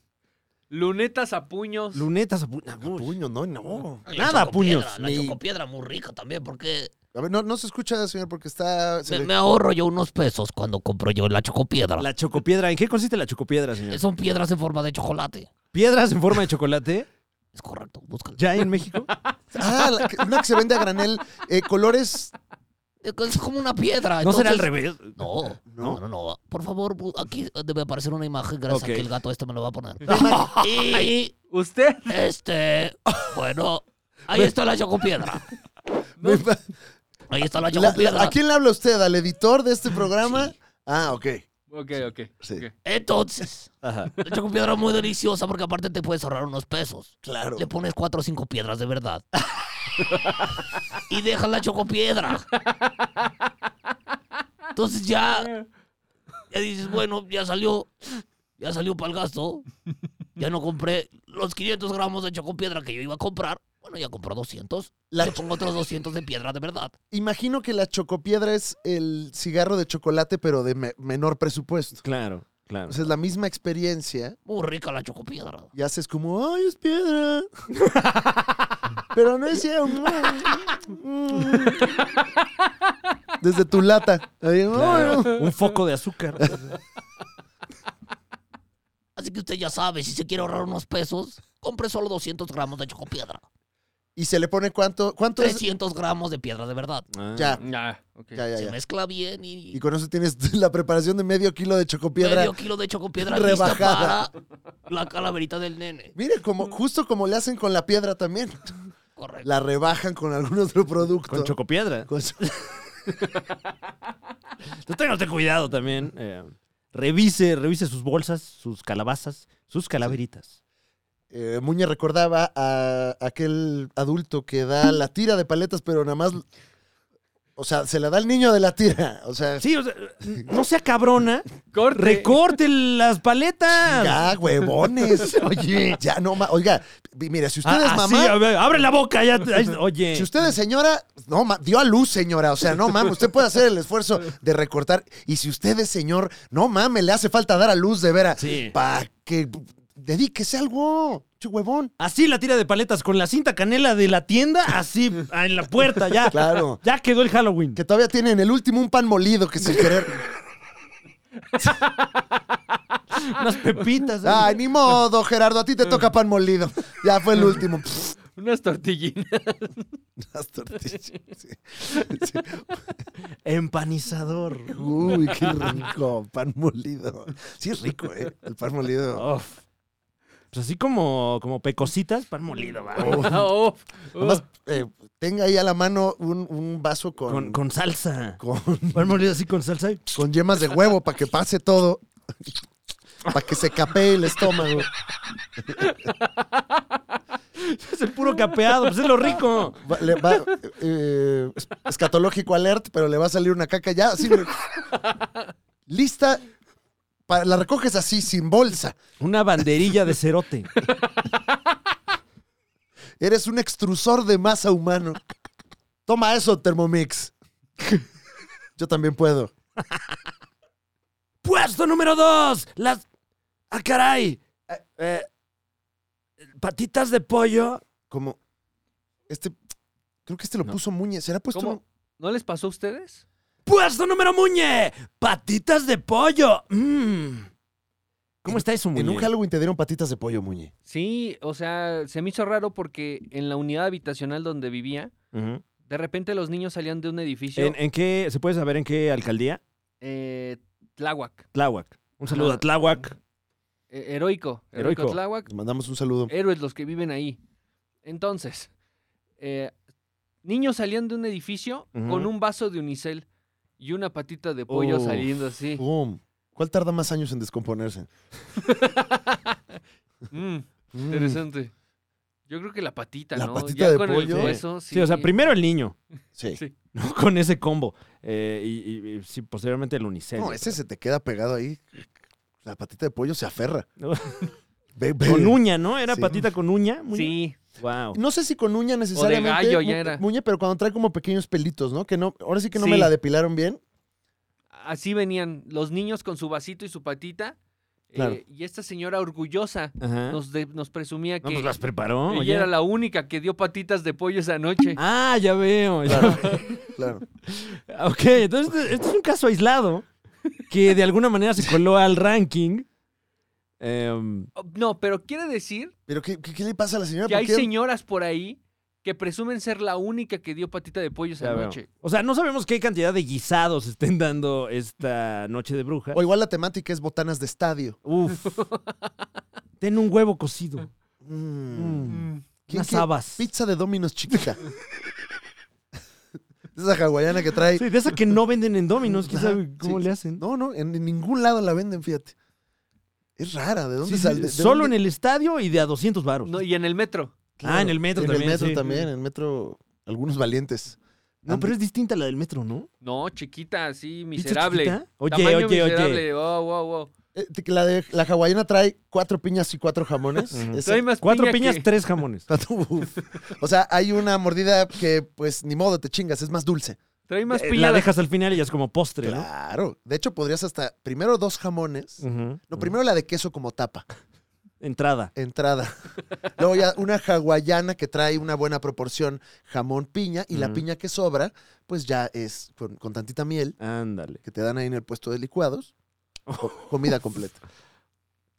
S3: Lunetas a puños.
S2: Lunetas, a pu- a pu-
S1: Puño, no, no.
S5: La
S2: Ah, Nada,
S5: chocopiedra,
S2: puños.
S5: La
S1: Ni-
S5: chocopiedra muy rica también, porque
S1: A ver, no, no se escucha, señor, porque está... se
S5: me,
S1: le-
S5: me ahorro yo unos pesos cuando compro yo la chocopiedra. Eh,
S2: La chocopiedra, ¿en qué consiste la chocopiedra, señor?
S5: Son piedras en forma de chocolate.
S2: ¿Piedras en forma de chocolate?
S5: Es correcto, búscala.
S2: ¿Ya en México?
S1: Ah, la que- una que se vende a granel. eh, colores
S5: Es como una piedra.
S2: ¿No será al
S5: entonces-
S2: revés?
S5: No, no, no, no. Por favor, bu- aquí eh, debe aparecer una imagen gracias
S2: Ok.
S5: a que el gato este me lo va a poner. y
S3: Usted.
S5: este, bueno, ahí está la chocopiedra.
S1: Me pa-
S5: Ahí está la
S1: La-
S5: chocopiedra.
S1: la- ¿A quién le habla usted? ¿Al editor de este programa?
S5: Sí.
S1: Ah, ok.
S3: Ok, ok.
S1: Sí.
S3: ok.
S5: Entonces,
S2: Ajá.
S5: la chocopiedra es muy deliciosa porque aparte te puedes ahorrar unos pesos.
S1: Claro.
S5: Le pones cuatro o cinco piedras de verdad. y dejas la chocopiedra. Entonces ya, ya dices, bueno, ya salió, ya salió para el gasto. Ya no compré los 500 gramos de chocopiedra que yo iba a comprar. Bueno, ya compré 200.
S1: La-
S5: Le pongo otros 200 de piedra de verdad.
S1: Imagino que la chocopiedra es el cigarro de chocolate, pero de me- menor presupuesto.
S2: Claro, claro.
S1: O sea, es la misma experiencia.
S5: Muy rica la chocopiedra.
S1: Y haces como, ¡ay, es piedra! pero no es ciego. Desde tu lata. Ahí,
S2: Claro.
S1: "Ay, no".
S2: Un foco de azúcar.
S5: Así que usted ya sabe, si se quiere ahorrar unos pesos, compre solo 200 gramos de chocopiedra.
S1: Y se le pone cuánto. ¿Cuánto es?
S5: 300 gramos de piedra de verdad.
S1: Ya,
S3: Ah, ok.
S1: ya, ya,
S5: Se
S1: ya.
S5: mezcla bien y,
S1: Y con eso tienes la preparación de medio kilo de chocopiedra.
S5: medio kilo de chocopiedra
S1: Rebajada.
S5: lista para la calaverita del nene.
S1: Mire, como, justo como le hacen con la piedra también.
S5: Correcto.
S1: La rebajan con algún otro producto.
S2: Con chocopiedra.
S1: Con cho-
S2: Entonces tenga usted cuidado también. eh, revise, revise sus bolsas, sus calabazas, sus calaveritas.
S1: Eh, Muñe recordaba a aquel adulto que da la tira de paletas, pero nada más. O sea, se la da al niño de la tira. O sea,
S2: Sí, o sea, no sea cabrona.
S3: Corte.
S2: Recorte las paletas.
S1: ya, huevones. Oye. Ya no más. Oiga, vi- mire, si usted es
S2: Ah, así,
S1: mamá.
S2: a ver, abre la boca ya. Ay, Oye.
S1: Si usted es señora, pues, no, ma- dio a luz, señora. O sea, no mames, usted puede hacer el esfuerzo de recortar. Y si usted es señor, no mames, le hace falta dar a luz de veras.
S2: Sí.
S1: Para que dedíquese a algo, che huevón.
S2: Así la tira de paletas con la cinta canela de la tienda, así ah, en la puerta ya.
S1: Claro.
S2: Ya quedó el Halloween.
S1: Que todavía tiene en el último un pan molido que sin querer.
S2: Unas pepitas. ¿eh? ahí.
S1: Ay, ni modo, Gerardo, a ti te toca pan molido. Ya fue el último. Pff,
S3: Unas tortillinas.
S1: las tortillas. Sí.
S2: Empanizador.
S1: Uy, qué rico, pan molido. Sí es rico, ¿eh? El pan molido.
S2: Uf. Pues así como, como pecositas, pan molido, va.
S3: Oh, oh.
S1: Además, eh, tenga ahí a la mano un, un vaso
S2: Con,
S1: con,
S2: con salsa.
S1: con-
S2: Pan molido así con salsa. y-
S1: con yemas de huevo para que pase todo. Para que se capee el estómago.
S2: Es el puro capeado, pues es lo rico.
S1: Va- le va- eh, es- escatológico alert, pero le va a salir una caca ya. así, mira. lista. para- la recoges así, sin bolsa.
S2: Una banderilla de cerote.
S1: Eres un extrusor de masa humano. Toma eso, Thermomix. Yo también puedo.
S2: Puesto número dos. Las. ¡Ah, caray! Eh, eh, patitas de pollo.
S1: Como. Este. Creo que este lo puso Muñe. ¿Será puesto?
S3: ¿Cómo? ¿No les pasó a ustedes?
S2: Puesto número Muñe. Patitas de pollo. Mm. ¿Cómo está eso,
S1: en-
S2: Muñe?
S1: En un Halloween te dieron patitas de pollo, Muñe.
S3: Sí, o sea, se me hizo raro porque en la unidad habitacional donde vivía,
S2: Ujú.
S3: de repente los niños salían de un edificio
S2: ¿En, en qué? ¿Se puede saber en qué alcaldía?
S3: eh, Tláhuac,
S2: Tláhuac. Un saludo
S3: Ah.
S2: a Tláhuac.
S3: eh, heroico, heroico,
S2: Heroico.
S3: Tláhuac,
S1: Les mandamos un saludo.
S3: héroes los que viven ahí. Entonces, eh, niños salían de un edificio
S2: Ujú.
S3: con un vaso de unicel y una patita de pollo
S1: Uf.
S3: saliendo así.
S1: Pum. ¿Cuál tarda más años en descomponerse?
S3: Mm,
S1: Mm.
S3: interesante. Yo creo que la patita,
S1: La
S3: ¿no?
S1: patita
S3: Ya
S1: de
S3: con
S1: pollo.
S3: el hueso, sí.
S2: Sí, o sea, primero el niño.
S1: Sí.
S3: Sí.
S2: ¿no? Con ese combo. Eh, y, y- y sí, posteriormente el unicel.
S1: No, ese se te queda pegado ahí. La patita de pollo se aferra.
S2: No.
S1: Ve- ve.
S2: Con uña, ¿no? Era
S1: Sí.
S2: patita con uña. Muñe?
S3: Sí,
S2: Wow.
S1: No sé si con uña necesariamente.
S3: gallo ya
S1: Mu-
S3: era.
S1: Muñe, pero cuando trae como pequeños pelitos, ¿no? Que no, ahora sí que no me
S3: Sí.
S1: la depilaron bien.
S3: así venían los niños con su vasito y su patita. eh,
S1: Claro.
S3: y esta señora orgullosa
S2: Ajá.
S3: nos, de- nos presumía
S2: No,
S3: que
S2: pues las preparó.
S3: ella
S2: oye.
S3: era la única que dio patitas de pollo esa noche.
S2: Ah, ya veo. ya
S1: Claro. claro.
S2: Ok, entonces este- este es un caso aislado que de alguna manera se coló al ranking. Em,
S3: Oh, No, pero quiere decir
S1: Pero ¿qué, qué, qué le pasa a la
S2: Ah,
S1: señora?
S3: que
S1: ¿Por
S3: hay
S1: qué?
S3: señoras por ahí que presumen ser la única que dio patita de pollo
S2: ya
S3: esa
S2: veo.
S3: noche.
S2: O sea, no sabemos qué cantidad de guisados estén dando esta noche de bruja.
S1: O igual la temática es botanas de estadio.
S2: Uf. Ten un huevo cocido.
S1: Mm.
S2: Mm.
S1: ¿Quién
S2: Unas
S1: quiere
S2: habas.
S1: Pizza de Dominos chiquita. Esa hawaiana que trae.
S2: Sí, de esa que no venden en Dominos, quién
S1: Ajá,
S2: sabe cómo
S1: sí.
S2: le hacen.
S1: No, no, en, en ningún lado la venden, fíjate. Es rara, ¿de dónde
S2: Sí, sí,
S1: sale?
S2: solo en el estadio y de a 200 varos.
S3: No, y en el metro.
S2: Ah, en el metro
S1: en
S2: también.
S1: el metro
S2: sí.
S1: también, en el metro, algunos valientes.
S2: No, pero es distinta a la del metro, ¿no?
S3: No, chiquita, así,
S2: ¿Pizza
S3: miserable.
S2: chiquita? Oye,
S3: Tamaño
S2: oye, oye.
S3: miserable. Oh, wow, wow.
S1: Eh, te- que La, de, la hawaiana trae cuatro piñas y cuatro jamones.
S2: Ujú.
S1: Esa-
S3: Trae más
S2: Cuatro
S3: piña
S2: piñas,
S3: que-
S2: tres jamones.
S1: Uf. O sea, hay una mordida que, pues, ni modo, te chingas, es más dulce.
S3: Trae más
S2: Eh,
S3: piña.
S2: la
S3: la-
S2: dejas al final y ya es como postre, ¿no?
S1: Claro. De hecho, podrías hasta primero dos jamones.
S2: Ujú,
S1: No,
S2: ujú.
S1: primero la de queso como tapa,
S2: Entrada.
S1: entrada. Luego ya una hawaiana que trae una buena proporción jamón piña y la
S2: Ujú.
S1: piña que sobra, pues ya es con, con tantita miel
S2: Ándale.
S1: que te dan ahí en el puesto de licuados. Co- Comida completa.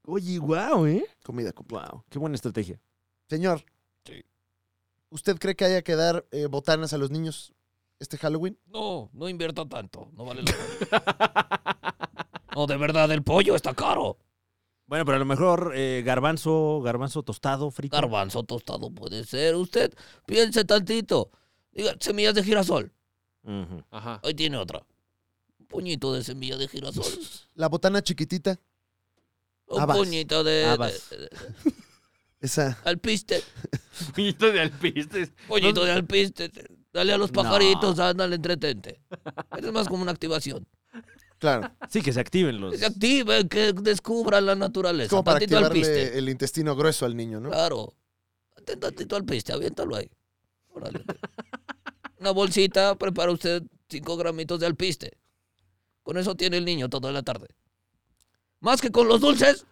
S2: Oye, guau, ¿eh?
S1: Comida completa.
S2: Wow, qué buena estrategia.
S1: Señor, ¿usted cree que haya que dar eh, botanas a los niños este Halloween?
S5: No, no invierta tanto. No vale la pena. No, de verdad, el pollo está caro.
S2: Bueno, pero a lo mejor eh, garbanzo, garbanzo tostado, frito.
S5: Garbanzo tostado puede ser. Usted piense tantito. Diga, semillas de girasol.
S2: Ujú.
S3: Ajá.
S5: Ahí tiene otra. Un puñito de semilla de girasol.
S1: La botana chiquitita,
S5: Un
S1: Habas.
S5: puñito de, de-
S2: Habas.
S5: de- de-
S1: esa...
S5: alpiste.
S3: Puñito de alpistes.
S5: Puñito
S3: No-
S5: de alpiste. Dale a los
S2: No.
S5: pajaritos, ándale, entretente. Es más como una activación.
S1: Claro,
S2: Sí, que se activen los.
S5: Que se active, que descubra la naturaleza.
S1: es como para
S5: Tantito alpiste.
S1: activarle el intestino grueso al niño, ¿no?
S5: Claro. Date tantito al piste, aviéntalo ahí. Órale. Una bolsita, prepara usted 5 gramitos de alpiste. Con eso tiene el niño toda la tarde. Más que con los dulces,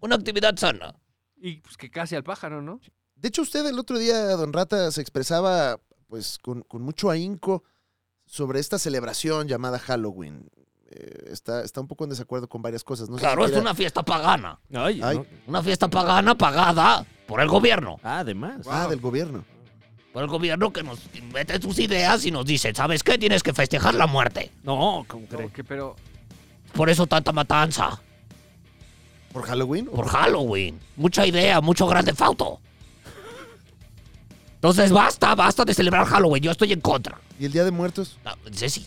S5: una actividad sana.
S3: Y pues que casi al pájaro, ¿no?
S1: De hecho, usted el otro día, don Rata, se expresaba pues con, con mucho ahínco sobre esta celebración llamada Halloween. Eh, está, está un poco en desacuerdo con varias cosas. No sé
S5: Claro,
S1: si
S5: es
S1: quiera-
S5: una fiesta pagana.
S2: Ay,
S1: Ay.
S2: no.
S5: Una fiesta pagana pagada por el gobierno.
S2: Ah, además.
S1: Ah, del gobierno.
S5: Por el gobierno que nos mete sus ideas y nos dice, ¿sabes qué? Tienes que festejar la muerte.
S2: No, ¿cómo
S3: No,
S2: crees?
S3: que- pero
S5: Por eso tanta matanza.
S1: ¿Por Halloween?
S5: por Halloween. Mucha idea, mucho grande fauto. Entonces basta, basta de celebrar Halloween. Yo estoy en contra.
S1: ¿Y el Día de Muertos?
S5: Ah, Ceci.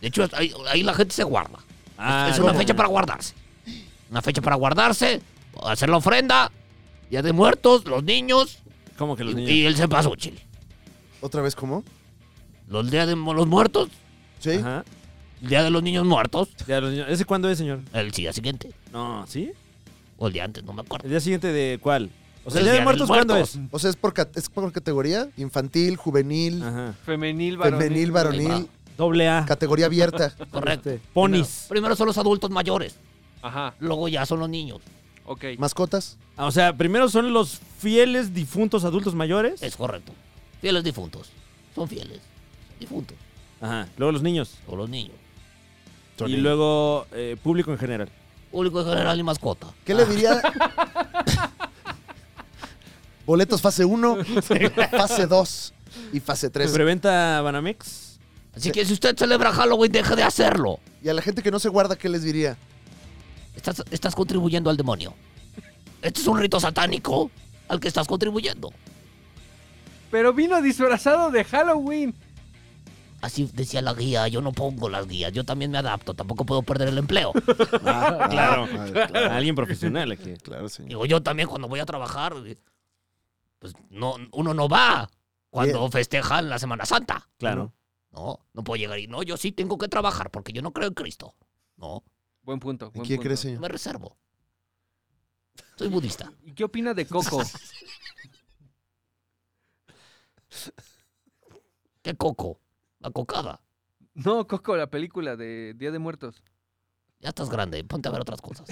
S5: De hecho, ahí, ahí la gente se guarda.
S2: Ah,
S5: es una
S2: no.
S5: fecha para guardarse. Una fecha para guardarse, hacer la ofrenda, Día de Muertos, los niños,
S2: ¿Cómo que los
S5: y,
S2: niños?
S5: y el cempasúchil.
S1: ¿Otra vez cómo?
S5: Los días de mo- los muertos,
S1: Sí.
S2: Ajá.
S5: el día de los niños muertos,
S2: Ya, los niños- ¿Ese cuándo es, señor?
S5: el día siguiente.
S2: No, ¿sí?
S5: O el día antes, no me acuerdo.
S2: ¿El día siguiente de cuál? O sea, el Día de Muertos, ¿cuándo es?
S1: O sea, ¿es por, cat- es por categoría? Infantil, juvenil,
S2: Ajá.
S3: Femenil, varonil.
S1: femenil,
S5: Ahí
S1: varonil,
S2: Doble A.
S1: categoría abierta.
S5: Correcto.
S1: Este,
S2: Ponis.
S5: Primero son los adultos mayores,
S3: Ajá,
S5: luego ya son los niños.
S3: ok.
S1: Mascotas.
S2: Ah, O sea, primero son los fieles difuntos adultos mayores.
S5: Es correcto. Fieles difuntos. Son fieles. Difuntos.
S2: Ajá. Luego los niños.
S5: O los niños.
S2: y luego eh, público en general.
S5: Público en general y mascota.
S1: ¿Qué le diría? Boletos fase 1, fase 2 y fase 3.
S2: Preventa Banamex.
S5: Así que si usted celebra Halloween, deje de hacerlo.
S1: Y a la gente que no se guarda, ¿qué les diría?
S5: Estás, estás contribuyendo al demonio. Este es un rito satánico al que estás contribuyendo.
S3: Pero vino disfrazado de Halloween.
S5: Así decía la guía, yo no pongo las guías, yo también me adapto, tampoco puedo perder el empleo.
S2: claro.
S1: Ah, claro.
S2: Alguien profesional aquí.
S1: Claro, señor.
S5: Digo, yo también cuando voy a trabajar, eh, pues no, uno no va cuando
S1: Bien.
S5: festejan la Semana Santa.
S2: Claro.
S5: No, no puedo llegar y no, yo sí tengo que trabajar porque yo no creo en Cristo. No,
S3: Buen punto.
S1: ¿En
S3: buen
S1: quién
S3: punto.
S1: crees, señor?
S5: me reservo. Soy budista.
S3: ¿Y qué opina de Coco?
S5: ¿Qué coco? La cocada.
S3: No, Coco, la película de Día de Muertos.
S5: Ya estás grande, ponte a ver otras cosas.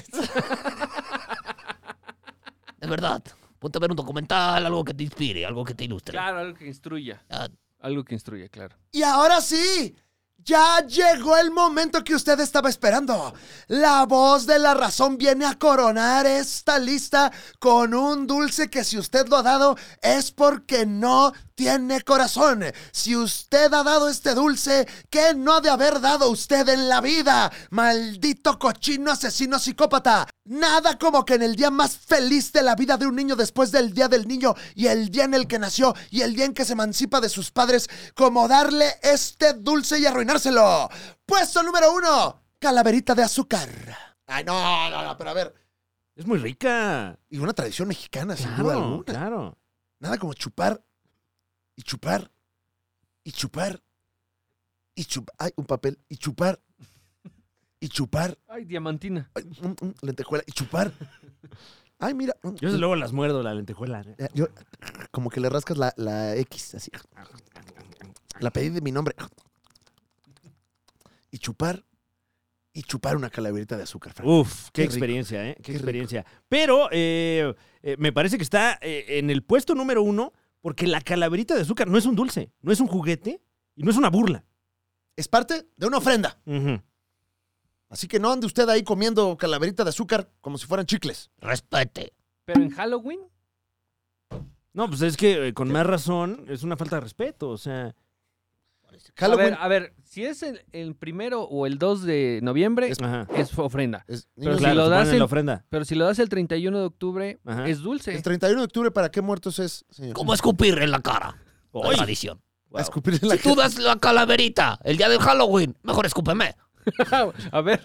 S5: es verdad. Ponte a ver un documental, algo que te inspire, algo que te ilustre.
S3: Claro, algo que instruya.
S5: Ah,
S3: Algo que instruya, claro.
S1: Y ahora sí, ya llegó el momento que usted estaba esperando. La voz de la razón viene a coronar esta lista con un dulce que si usted lo ha dado es porque no tiene corazón. Si usted ha dado este dulce, ¿qué no ha de haber dado usted en la vida? Maldito cochino asesino psicópata. Nada como que en el día más feliz de la vida de un niño después del día del niño y el día en el que nació y el día en que se emancipa de sus padres, como darle este dulce y arruinárselo. Puesto número uno, calaverita de azúcar. Ay, no, no, no, pero a ver.
S2: Es muy rica.
S1: Y una tradición mexicana, sin duda
S2: Claro,
S1: alguna.
S2: claro.
S1: Nada como chupar y chupar y chupar y chupar. Ay, un papel. Y chupar y chupar.
S3: Ay, diamantina.
S1: Ay, mm, mm, lentejuela y chupar. Ay, mira. mm,
S2: Yo desde luego las muerdo la lentejuela.
S1: eh, yo- como que le rascas la, la X, así. La pedí de mi nombre. Y chupar. Y chupar una calaverita de azúcar, Frank.
S2: Uf, qué,
S1: Qué rico.
S2: experiencia, ¿eh? Qué,
S1: Qué rico.
S2: experiencia. Pero eh, eh, me parece que está eh, en el puesto número uno porque la calaverita de azúcar no es un dulce, no es un juguete y no es una burla.
S1: Es parte de una ofrenda.
S2: Ujú.
S1: Así que no ande usted ahí comiendo calaverita de azúcar como si fueran chicles.
S5: Respete.
S3: Pero en Halloween,
S2: No, pues es que eh, con más razón es una falta de respeto, o sea...
S3: a ver,
S1: Halloween
S3: a ver, si es el, el primero o el 2 de noviembre, es,
S2: Ajá.
S3: ofrenda.
S1: es,
S3: Pero
S1: niños,
S3: si lo
S2: se
S3: das
S2: ponen en
S3: en-
S2: la ofrenda.
S3: Pero si lo das el 31 de octubre,
S2: Ajá.
S3: es dulce.
S1: El 31 de octubre, ¿para qué muertos es, señor?
S5: ¿Cómo escupir en la cara? La
S2: ¡Ay!
S5: tradición.
S1: A escupir en la
S5: Si tú
S1: cara.
S5: das la calaverita el día del Halloween, mejor escúpeme.
S3: a ver,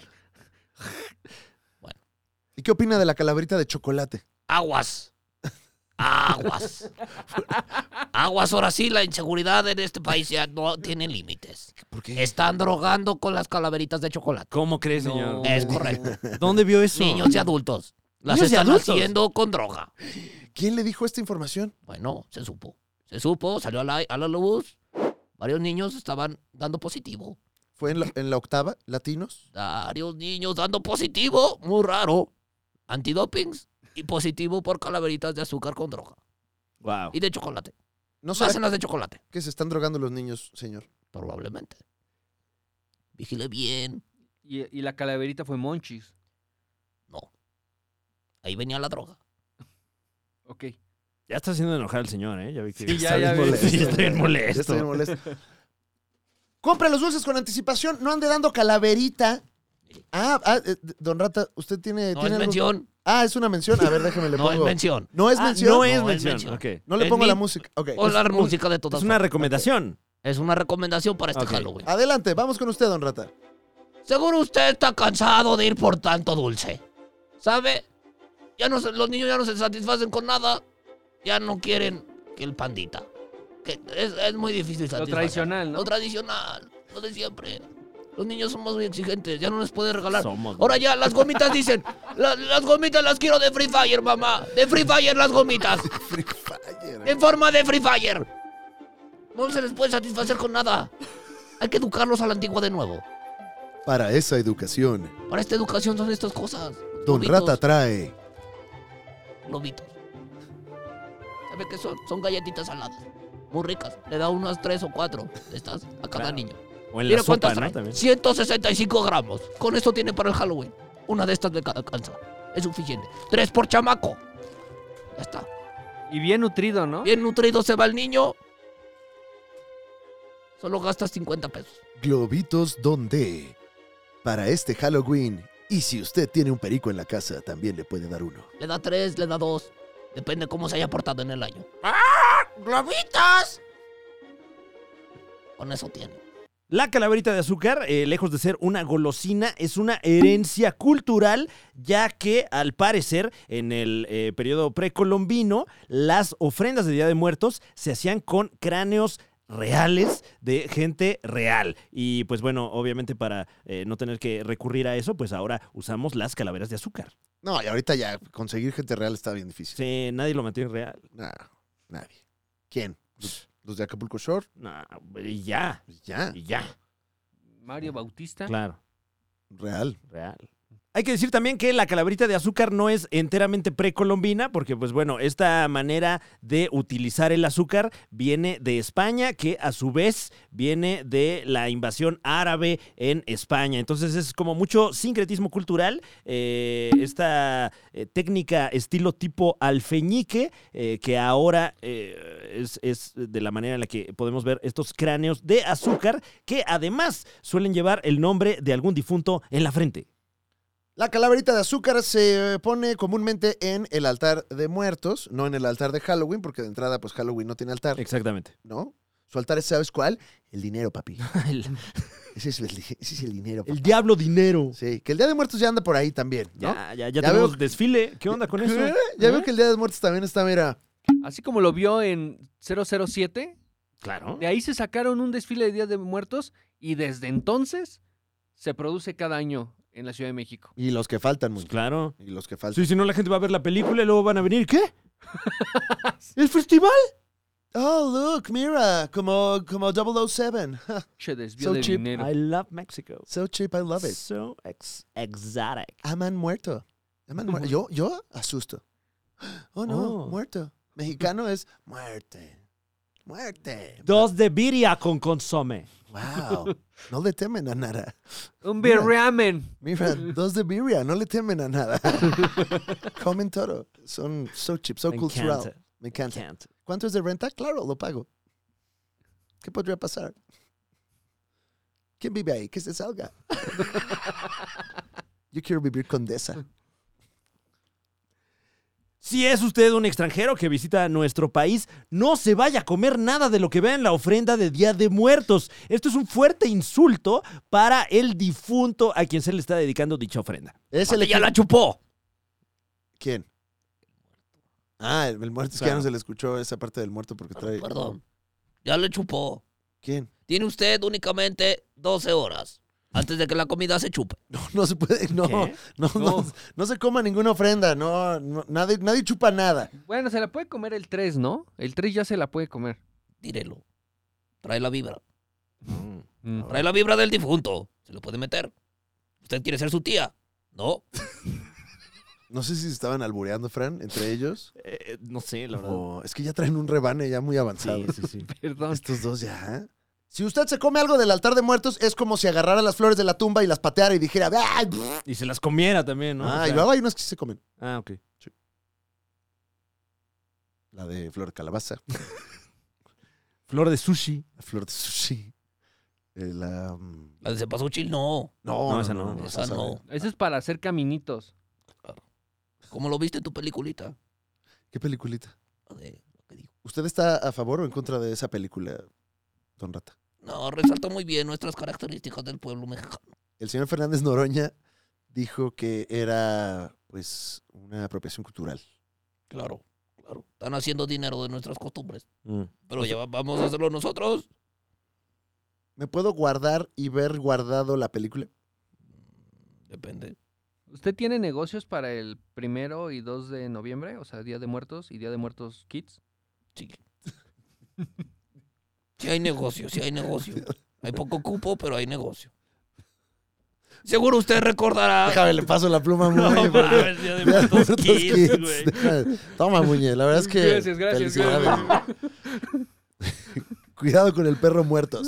S1: ¿Y qué opina de la calaverita de chocolate?
S5: Aguas. Aguas. Aguas, ahora sí, la inseguridad en este país ya no tiene límites.
S1: ¿Por qué?
S5: Están drogando con las calaveritas de chocolate.
S2: ¿Cómo crees,
S3: No.
S2: señor?
S5: Es correcto.
S2: ¿Dónde vio eso?
S5: Niños y adultos. Las
S2: Niños y
S5: están
S2: adultos.
S5: haciendo con droga.
S1: ¿Quién le dijo esta información?
S5: Bueno, se supo. Se supo, salió a la, a la luz. Varios niños estaban dando positivo.
S1: ¿Fue en la, en la octava? ¿Latinos?
S5: Varios niños dando positivo. Muy raro. Antidopings y positivo por calaveritas de azúcar con droga.
S2: Wow.
S5: Y de chocolate.
S1: ¿No
S5: Más en
S1: saben
S5: las de chocolate.
S1: que se están drogando los niños, señor?
S5: Probablemente. Vigile bien.
S3: y, y la calaverita fue Monchis.
S5: No. Ahí venía la droga.
S3: Ok.
S2: Ya está haciendo enojar al señor, ¿eh? Ya vi que...
S3: Sí, ya,
S1: Está bien
S3: ya vi.
S1: molesto.
S2: Sí, estoy bien molesto.
S1: Ya estoy bien molesto. Compre los dulces con anticipación. No ande dando calaverita. Ah, ah, eh, don Rata, usted tiene...
S5: No es
S1: tiene algo-
S5: mención.
S1: Ah, es una mención. A ver, déjeme le
S5: No es
S1: pongo.
S5: mención.
S1: No es
S2: Ah,
S1: mención.
S2: No
S1: No,
S2: es
S5: No es
S2: mención.
S5: mención.
S2: ok.
S1: le
S5: es
S1: pongo la
S5: mi-
S1: música. Ok.
S5: O la música de todas
S2: Es una
S5: formas.
S2: recomendación.
S5: Es una recomendación para este
S2: Ok.
S5: Halloween.
S1: pues, Adelante, vamos con usted, don Rata.
S5: Seguro usted está cansado de ir por tanto dulce. ¿Sabe? Ya no se- los niños ya no se satisfacen con nada. Ya no quieren que el pandita. Que es, es muy difícil satisfacer.
S3: tradicional, ¿no?
S5: Lo tradicional. Lo de siempre. Los niños somos muy exigentes. Ya no les puedes regalar.
S2: Somos,
S5: Ahora ya, las gomitas dicen. "La- las gomitas las quiero de Free Fire, mamá. De Free Fire las gomitas.
S1: Free Fire.
S5: En forma de Free Fire. No se les puede satisfacer con nada. Hay que educarlos a la antigua de nuevo.
S1: Para esa educación,
S5: Para esta educación son estas cosas.
S1: don
S5: Lobitos,
S1: Rata trae.
S5: Lobitos. ¿Sabe qué son? Son galletitas saladas. Muy ricas. Le da unas tres o cuatro de estas a cada
S2: Claro.
S5: niño.
S2: O en la
S5: Mira
S2: sopa,
S5: cuántas
S2: ¿no?
S5: trae.
S2: También.
S5: 165 gramos. Con esto tiene para el Halloween. Una de estas de cada cansa. Es suficiente. Tres por chamaco. Ya está.
S3: Y bien nutrido,
S2: Ah.
S3: ¿no?
S5: Bien nutrido se va el niño. Solo gastas 50 pesos.
S1: Globitos donde. Para este Halloween. Y si usted tiene un perico en la casa, también le puede dar uno.
S5: Le da tres, le da dos. Depende cómo se haya portado en el año. ¡Ah! ¡Globitas! Con eso tiene.
S2: La calaverita de azúcar, eh, lejos de ser una golosina, es una herencia cultural, ya que al parecer en el eh, periodo precolombino, las ofrendas de Día de Muertos se hacían con cráneos reales de gente real. Y pues bueno, obviamente para eh, no tener que recurrir a eso, pues ahora usamos las calaveras de azúcar.
S1: No, y ahorita ya conseguir gente real está bien difícil.
S2: Sí, nadie lo mantiene real.
S1: Nah, nadie. ¿Quién? Los, los de Acapulco Shore.
S2: No, y ya,
S1: Pues Ya,
S2: y ya.
S3: Mario Bautista.
S2: Claro.
S1: real.
S2: Real. Hay que decir también que la calaverita de azúcar no es enteramente precolombina, porque pues bueno, esta manera de utilizar el azúcar viene de España, que a su vez viene de la invasión árabe en España. Entonces es como mucho sincretismo cultural, eh, esta eh, técnica estilo tipo alfeñique, eh, que ahora eh, es, es de la manera en la que podemos ver estos cráneos de azúcar, que además suelen llevar el nombre de algún difunto en la frente.
S1: La calaverita de azúcar se pone comúnmente en el altar de muertos, no en el altar de Halloween, porque de entrada, pues Halloween no tiene altar,
S2: Exactamente.
S1: ¿no? Su altar es, ¿sabes cuál? El dinero, papi. Ese es el, di- ese es el dinero. papi.
S2: diablo dinero.
S1: Sí, que el Día de Muertos ya anda por ahí también, ¿no?
S2: Ya, ya, ya,
S1: Ya
S2: tenemos
S1: veo-
S2: desfile. ¿Qué onda con eso?
S1: ¿Qué? Ya veo
S2: ¿Eh?
S1: que el Día de Muertos también está, mira.
S3: Así como lo vio en 007,
S2: Claro.
S3: de ahí se sacaron un desfile de Día de Muertos y desde entonces se produce cada año en la Ciudad de México.
S1: Y los que faltan,
S2: Pues
S1: mucho.
S2: claro.
S1: Y los que faltan.
S2: Sí, si no, la gente va a ver la película y luego van a venir. ¿Qué? ¿El festival?
S1: Oh, look, mira, como, como 007.
S3: Se desvió
S1: So
S3: de
S1: cheap.
S3: dinero.
S2: I love Mexico.
S1: So cheap, I love it.
S2: So ex- exotic.
S1: Aman muerto. Aman muerto. Yo, yo asusto. Oh, no,
S2: Oh.
S1: muerto. Mexicano es muerte. Muerte.
S2: Dos de birria con consome.
S1: Wow. No le temen a nada.
S3: Un
S1: Mira.
S3: birramen.
S1: Mira, dos de birria, no le temen a nada. Comen todo. Son so cheap, so
S2: Me
S1: cultural.
S2: encanta.
S1: Me encanta. ¿Cuánto es de renta? Claro, lo pago. ¿Qué podría pasar? ¿Quién vive ahí? Que se salga. Yo quiero vivir condesa.
S2: Si es usted un extranjero que visita nuestro país, no se vaya a comer nada de lo que vea en la ofrenda de Día de Muertos. Esto es un fuerte insulto para el difunto a quien se le está dedicando dicha ofrenda.
S1: Es el
S5: ya
S1: equi-
S5: la chupó.
S1: ¿Quién? Ah, el, el muerto. Es que ya
S2: Claro.
S1: no se le escuchó esa parte del muerto porque trae.
S5: Perdón. Ya le chupó.
S1: ¿Quién?
S5: Tiene usted únicamente 12 horas antes de que la comida se chupe.
S1: No, no se puede. No, no,
S2: ¿Qué?
S1: no,
S3: No.
S1: no se coma ninguna ofrenda. No, no, nadie, nadie chupa nada.
S3: Bueno, se la puede comer el 3, ¿no? El 3 ya se la puede comer.
S5: Tírelo. Trae la vibra.
S3: Mm,
S5: Trae la vibra del difunto. Se lo puede meter. ¿Usted quiere ser su tía? No.
S1: No sé si se estaban albureando, Fran, entre ellos.
S2: Eh, no sé, la verdad.
S1: O es que ya traen un rebane ya muy avanzado.
S2: Sí, sí, sí.
S3: Perdón.
S1: Estos dos ya. Si usted se come algo del altar de muertos, es como si agarrara las flores de la tumba y las pateara y dijera. "Ah, brr".
S2: Y se las comiera también, ¿no? O
S1: ah,
S2: sea,
S1: y luego hay unas que sí se comen.
S2: ah, ok.
S1: La de flor de calabaza,
S2: Flor de sushi.
S1: la flor de sushi. eh, la. mm,
S5: La de Cepasuchil, no.
S1: No,
S2: No, esa no,
S5: esa no.
S1: sabe.
S3: Eso es para hacer caminitos.
S5: Como lo viste en tu peliculita.
S1: ¿Qué peliculita?
S5: Lo de- lo que digo.
S1: ¿Usted está a favor o en contra de esa película, Don Rata?
S5: No, resalta muy bien nuestras características del pueblo mexicano.
S1: El señor Fernández Noroña dijo que era, pues, una apropiación cultural.
S5: Claro, claro. Están haciendo dinero de nuestras costumbres. Pero ya va- vamos a hacerlo nosotros.
S1: ¿Me puedo guardar y ver guardado la película?
S5: Depende.
S3: ¿Usted tiene negocios para el primero y 2 de noviembre? O sea, Día de Muertos y Día de Muertos Kids.
S5: Sí. Sí hay negocio, sí hay negocio. Hay poco cupo, pero hay negocio. Seguro usted recordará
S1: Déjame, le paso la pluma a Muñe. porque-
S2: mames, Día de
S1: Ya,
S2: Muertos
S1: Muertos
S2: Kids,
S1: Kids.
S2: güey.
S1: Toma, Muñe, la verdad es que
S3: Gracias, gracias,
S1: felicidades.
S3: gracias.
S1: Cuidado con el perro muertos.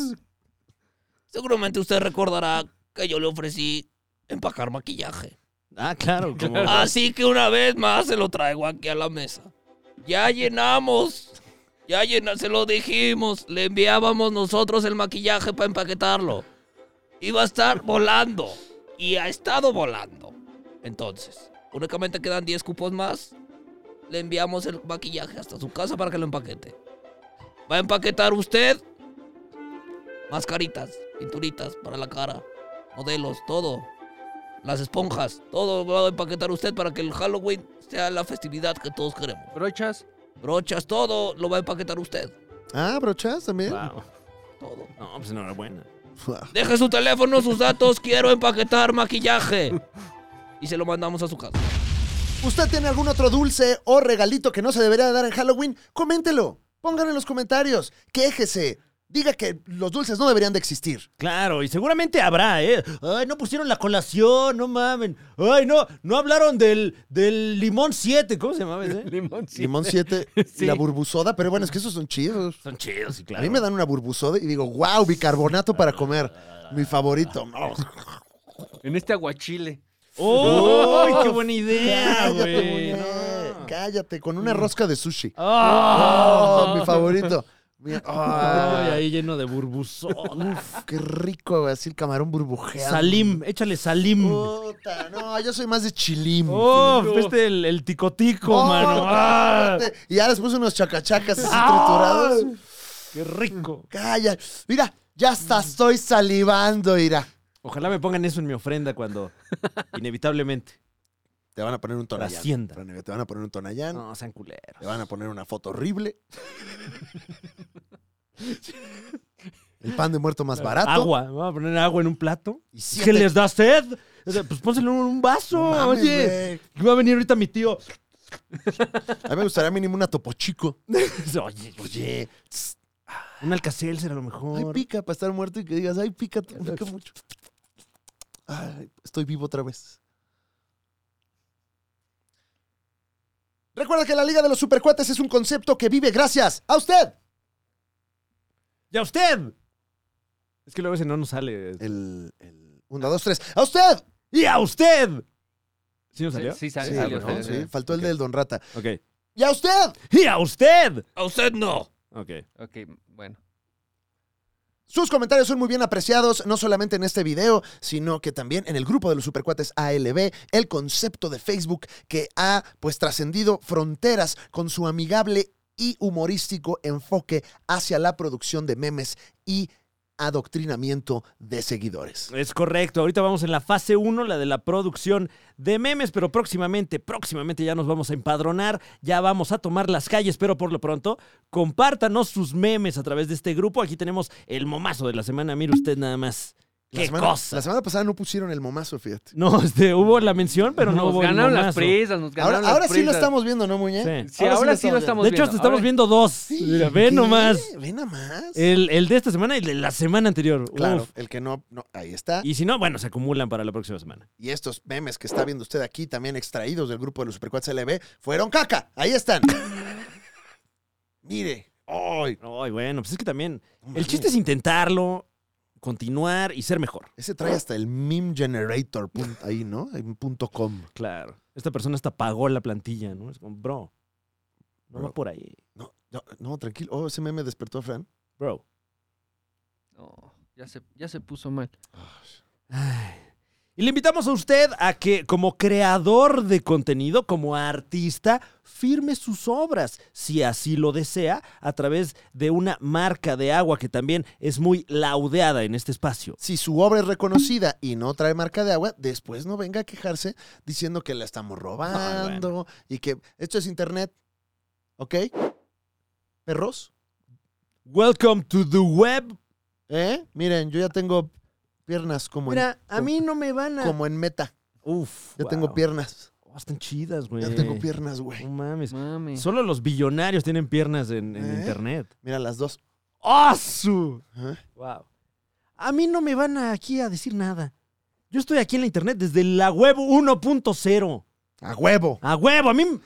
S5: Seguramente usted recordará que yo le ofrecí empacar maquillaje.
S2: Ah, claro, como
S5: Así que una vez más se lo traigo aquí a la mesa. Ya llenamos. Ya llena, se lo dijimos. Le enviábamos nosotros el maquillaje para empaquetarlo. Iba a estar volando. Y ha estado volando. Entonces, únicamente quedan 10 cupos más. Le enviamos el maquillaje hasta su casa para que lo empaquete. Va a empaquetar usted mascaritas, pinturitas para la cara, modelos, todo. Las esponjas, todo va a empaquetar usted para que el Halloween sea la festividad que todos queremos.
S3: Brochas.
S5: Brochas, todo lo va a empaquetar usted.
S1: Ah, brochas también.
S2: Wow.
S5: Todo.
S2: No, pues enhorabuena.
S1: Wow.
S5: Deje su teléfono, sus datos, quiero empaquetar maquillaje. Y se lo mandamos a su casa.
S1: ¿Usted tiene algún otro dulce o regalito que no se debería dar en Halloween? Coméntelo. Pónganlo en los comentarios. Quéjese. Diga que los dulces no deberían de existir.
S2: Claro, y seguramente habrá, ¿eh? Ay, no pusieron la colación, no mamen. Ay, no, no hablaron del, del limón 7, ¿cómo se llamaba ese?
S3: Limón. sí.
S1: Limón 7 y
S3: Sí.
S1: la burbusoda, pero bueno, es que esos son chidos.
S2: Son chidos, sí, claro.
S1: A mí me dan una burbusoda y digo, wow, bicarbonato para comer. Mi favorito. No.
S3: En este aguachile.
S2: ¡Oh! ¡Ay, qué buena idea,
S1: Cállate,
S2: Ah, güey!
S1: muñe.
S2: No.
S1: Cállate, con una rosca de sushi.
S2: ¡Ah!
S1: Oh, mi favorito. Mi-
S2: Ay,
S1: ah,
S2: ahí lleno de burbusoda.
S1: uf, qué rico, güey, así el camarón burbujeado.
S2: Salim, échale Salim.
S1: Puta, no, yo soy más de chilim.
S2: ¡Oh!
S1: este,
S2: Fuiste el, el ticotico,
S1: Oh,
S2: mano. ¡Ah!
S1: espérate. Y ya les puse unos chacachacas así
S2: ¡Ah!
S1: triturados.
S2: ¡Qué rico!
S1: Calla. Mira, ya hasta estoy salivando, Ira.
S2: Ojalá me pongan eso en mi ofrenda cuando. Inevitablemente.
S1: Te van a poner un tonallán.
S2: Hacienda. Ah.
S1: Fran, Te van a poner un tonallán.
S2: No, sean culeros.
S1: Te van a poner una foto horrible. El pan de muerto más barato.
S2: Agua. Vamos a poner agua en un plato.
S1: Y
S2: ¿Qué
S1: siete-
S2: les da sed? O sea, Pues pónselo en un vaso.
S1: No mames,
S2: oye,
S1: güey.
S2: que va a venir ahorita mi tío.
S1: A mí me gustaría mínimo una topo chico.
S2: oye, oye. tss, Un alcacelser a lo
S1: Ay,
S2: mejor.
S1: pica para estar muerto y que digas, ay, pica, te pica mucho. Ay, estoy vivo otra vez. Recuerda que la Liga de los Supercuates es un concepto que vive gracias a usted.
S2: ¡Y a usted! Es que luego ese no nos sale.
S1: El, el 1, 2, 3. ¡A usted!
S2: ¡Y a usted! ¿Sí nos salió?
S3: Sí, sí, sal-
S1: Sí,
S3: salió.
S1: ¿no?
S3: salió,
S1: Sí,
S3: salió.
S1: faltó el del Don Rata.
S2: Ok.
S1: ¡Y a usted!
S2: ¡Y a usted!
S5: A usted no.
S2: Ok.
S3: Ok, bueno.
S1: Sus comentarios son muy bien apreciados, no solamente en este video, sino que también en el grupo de los Supercuates ALB, el concepto de Facebook que ha pues trascendido fronteras con su amigable y humorístico enfoque hacia la producción de memes y adoctrinamiento de seguidores.
S2: Es correcto, ahorita vamos en la fase 1, la de la producción de memes, pero próximamente, próximamente ya nos vamos a empadronar, ya vamos a tomar las calles, pero por lo pronto, compártanos sus memes a través de este grupo. Aquí tenemos el momazo de la semana, mire usted nada más.
S1: La
S2: ¡Qué
S1: semana-
S2: cosa!
S1: La semana pasada no pusieron el momazo, fíjate.
S2: No, este, hubo la mención, pero no
S3: nos
S2: hubo el
S3: ganaron las
S2: momazo.
S3: presas, nos ganaron
S1: Ahora, ahora
S3: las
S1: sí lo
S3: presas.
S1: estamos viendo, ¿no, Muñe?
S2: Sí.
S3: Sí, ahora, sí lo estamos
S2: De hecho, hasta estamos
S3: Ahora-
S2: viendo dos. Mira,
S1: ¿Qué?
S2: ve nomás.
S1: Ve nomás.
S2: El, el de esta semana y el de la semana anterior.
S1: claro,
S2: Uf.
S1: el que no, no, ahí está.
S2: Y si no, bueno, se acumulan para la próxima semana.
S1: y estos memes que está viendo usted aquí, también extraídos del grupo de los Supercuates LB, fueron caca. Ahí están. Mire. ¡Ay!
S2: Ay, bueno, pues es que también.
S1: no
S2: El chiste
S1: mames.
S2: es intentarlo, continuar y ser mejor.
S1: Ese trae hasta el meme generator pun- ahí, ¿no? En punto .com.
S2: Claro. Esta persona hasta pagó la plantilla, ¿no? Es como, bro, no va
S1: Bro.
S2: por ahí.
S1: No, no, no, tranquilo. Oh, ese meme despertó a Fran.
S2: Bro.
S3: No, ya se, ya se puso mal.
S2: Ay. Y le invitamos a usted a que como creador de contenido, como artista, firme sus obras, si así lo desea, a través de una marca de agua que también es muy laudeada en este espacio.
S1: Si su obra es reconocida y no trae marca de agua, después no venga a quejarse diciendo que la estamos robando y que esto es internet. ¿Ok? Perros.
S2: Welcome to the web.
S1: ¿Eh? Miren, yo ya tengo piernas como
S2: Mira,
S1: en,
S2: a mí no me van a...
S1: como en meta.
S2: Uf,
S1: Ya
S2: wow.
S1: tengo piernas.
S2: Oh, están chidas, güey.
S1: Ya tengo piernas, güey.
S2: No mames.
S3: Mami.
S2: Solo los billonarios tienen piernas en, en
S1: ¿Eh?
S2: internet.
S1: Mira las dos.
S2: ¡Ah, su!
S1: Ajá.
S2: Wow. A mí no me van a- aquí a decir nada. Yo estoy aquí en la internet desde la web 1.0.
S1: A huevo.
S2: A huevo, a mí m-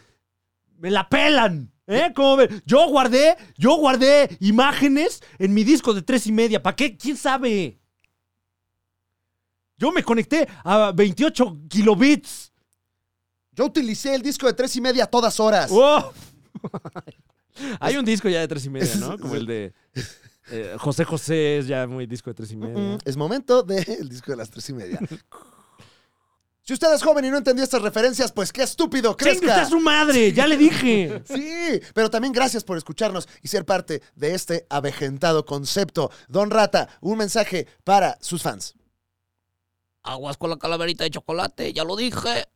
S2: me la pelan. ¿Eh? ¿Cómo ven? Yo guardé, yo guardé imágenes en mi disco de tres y media. ¿Para qué? ¿Quién sabe? Yo me conecté a 28 kilobits.
S1: Yo utilicé el disco de tres y media a todas horas.
S2: ¡Oh! Hay un disco ya de tres y media, ¿no? Como el de eh, José José es ya muy disco de tres y media.
S1: Mm, Es momento del disco de las tres y media. si usted es joven y no entendió estas referencias, pues qué estúpido,
S2: ¡Chingue usted
S1: crezca.
S2: a su madre! ¡Ya le dije!
S1: Sí, pero también gracias por escucharnos y ser parte de este avejentado concepto. Don Rata, un mensaje para sus fans.
S5: Aguas con la calaverita de chocolate, ya lo dije.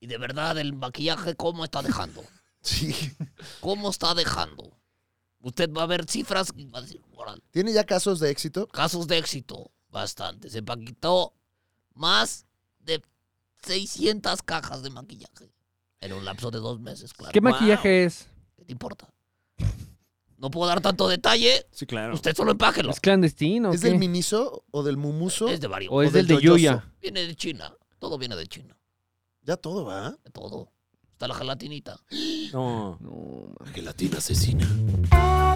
S5: Y de verdad, el maquillaje, ¿cómo está dejando?
S1: Sí.
S5: ¿Cómo está dejando? Usted va a ver cifras y va a decir, "Órale".
S1: ¿Tiene ya casos de éxito?
S5: casos de éxito, bastante. Se paquetó más de 600 cajas de maquillaje en un lapso de dos meses, claro.
S3: ¿Qué maquillaje es?
S5: ¿Qué te importa? No puedo dar tanto detalle,
S2: Sí, claro.
S5: usted solo empájelo.
S3: ¿Es clandestino? o
S1: ¿Es del
S3: qué?
S1: Miniso o del Mumuso?
S5: Es de varios.
S3: ¿O es
S1: o
S3: del
S1: del
S3: de Yuya?
S5: Viene de China, todo viene de China,
S1: Ya todo ¿ah? va.
S5: de todo. Está la gelatinita.
S2: No.
S3: No,
S5: Gelatina asesina.
S6: Everybody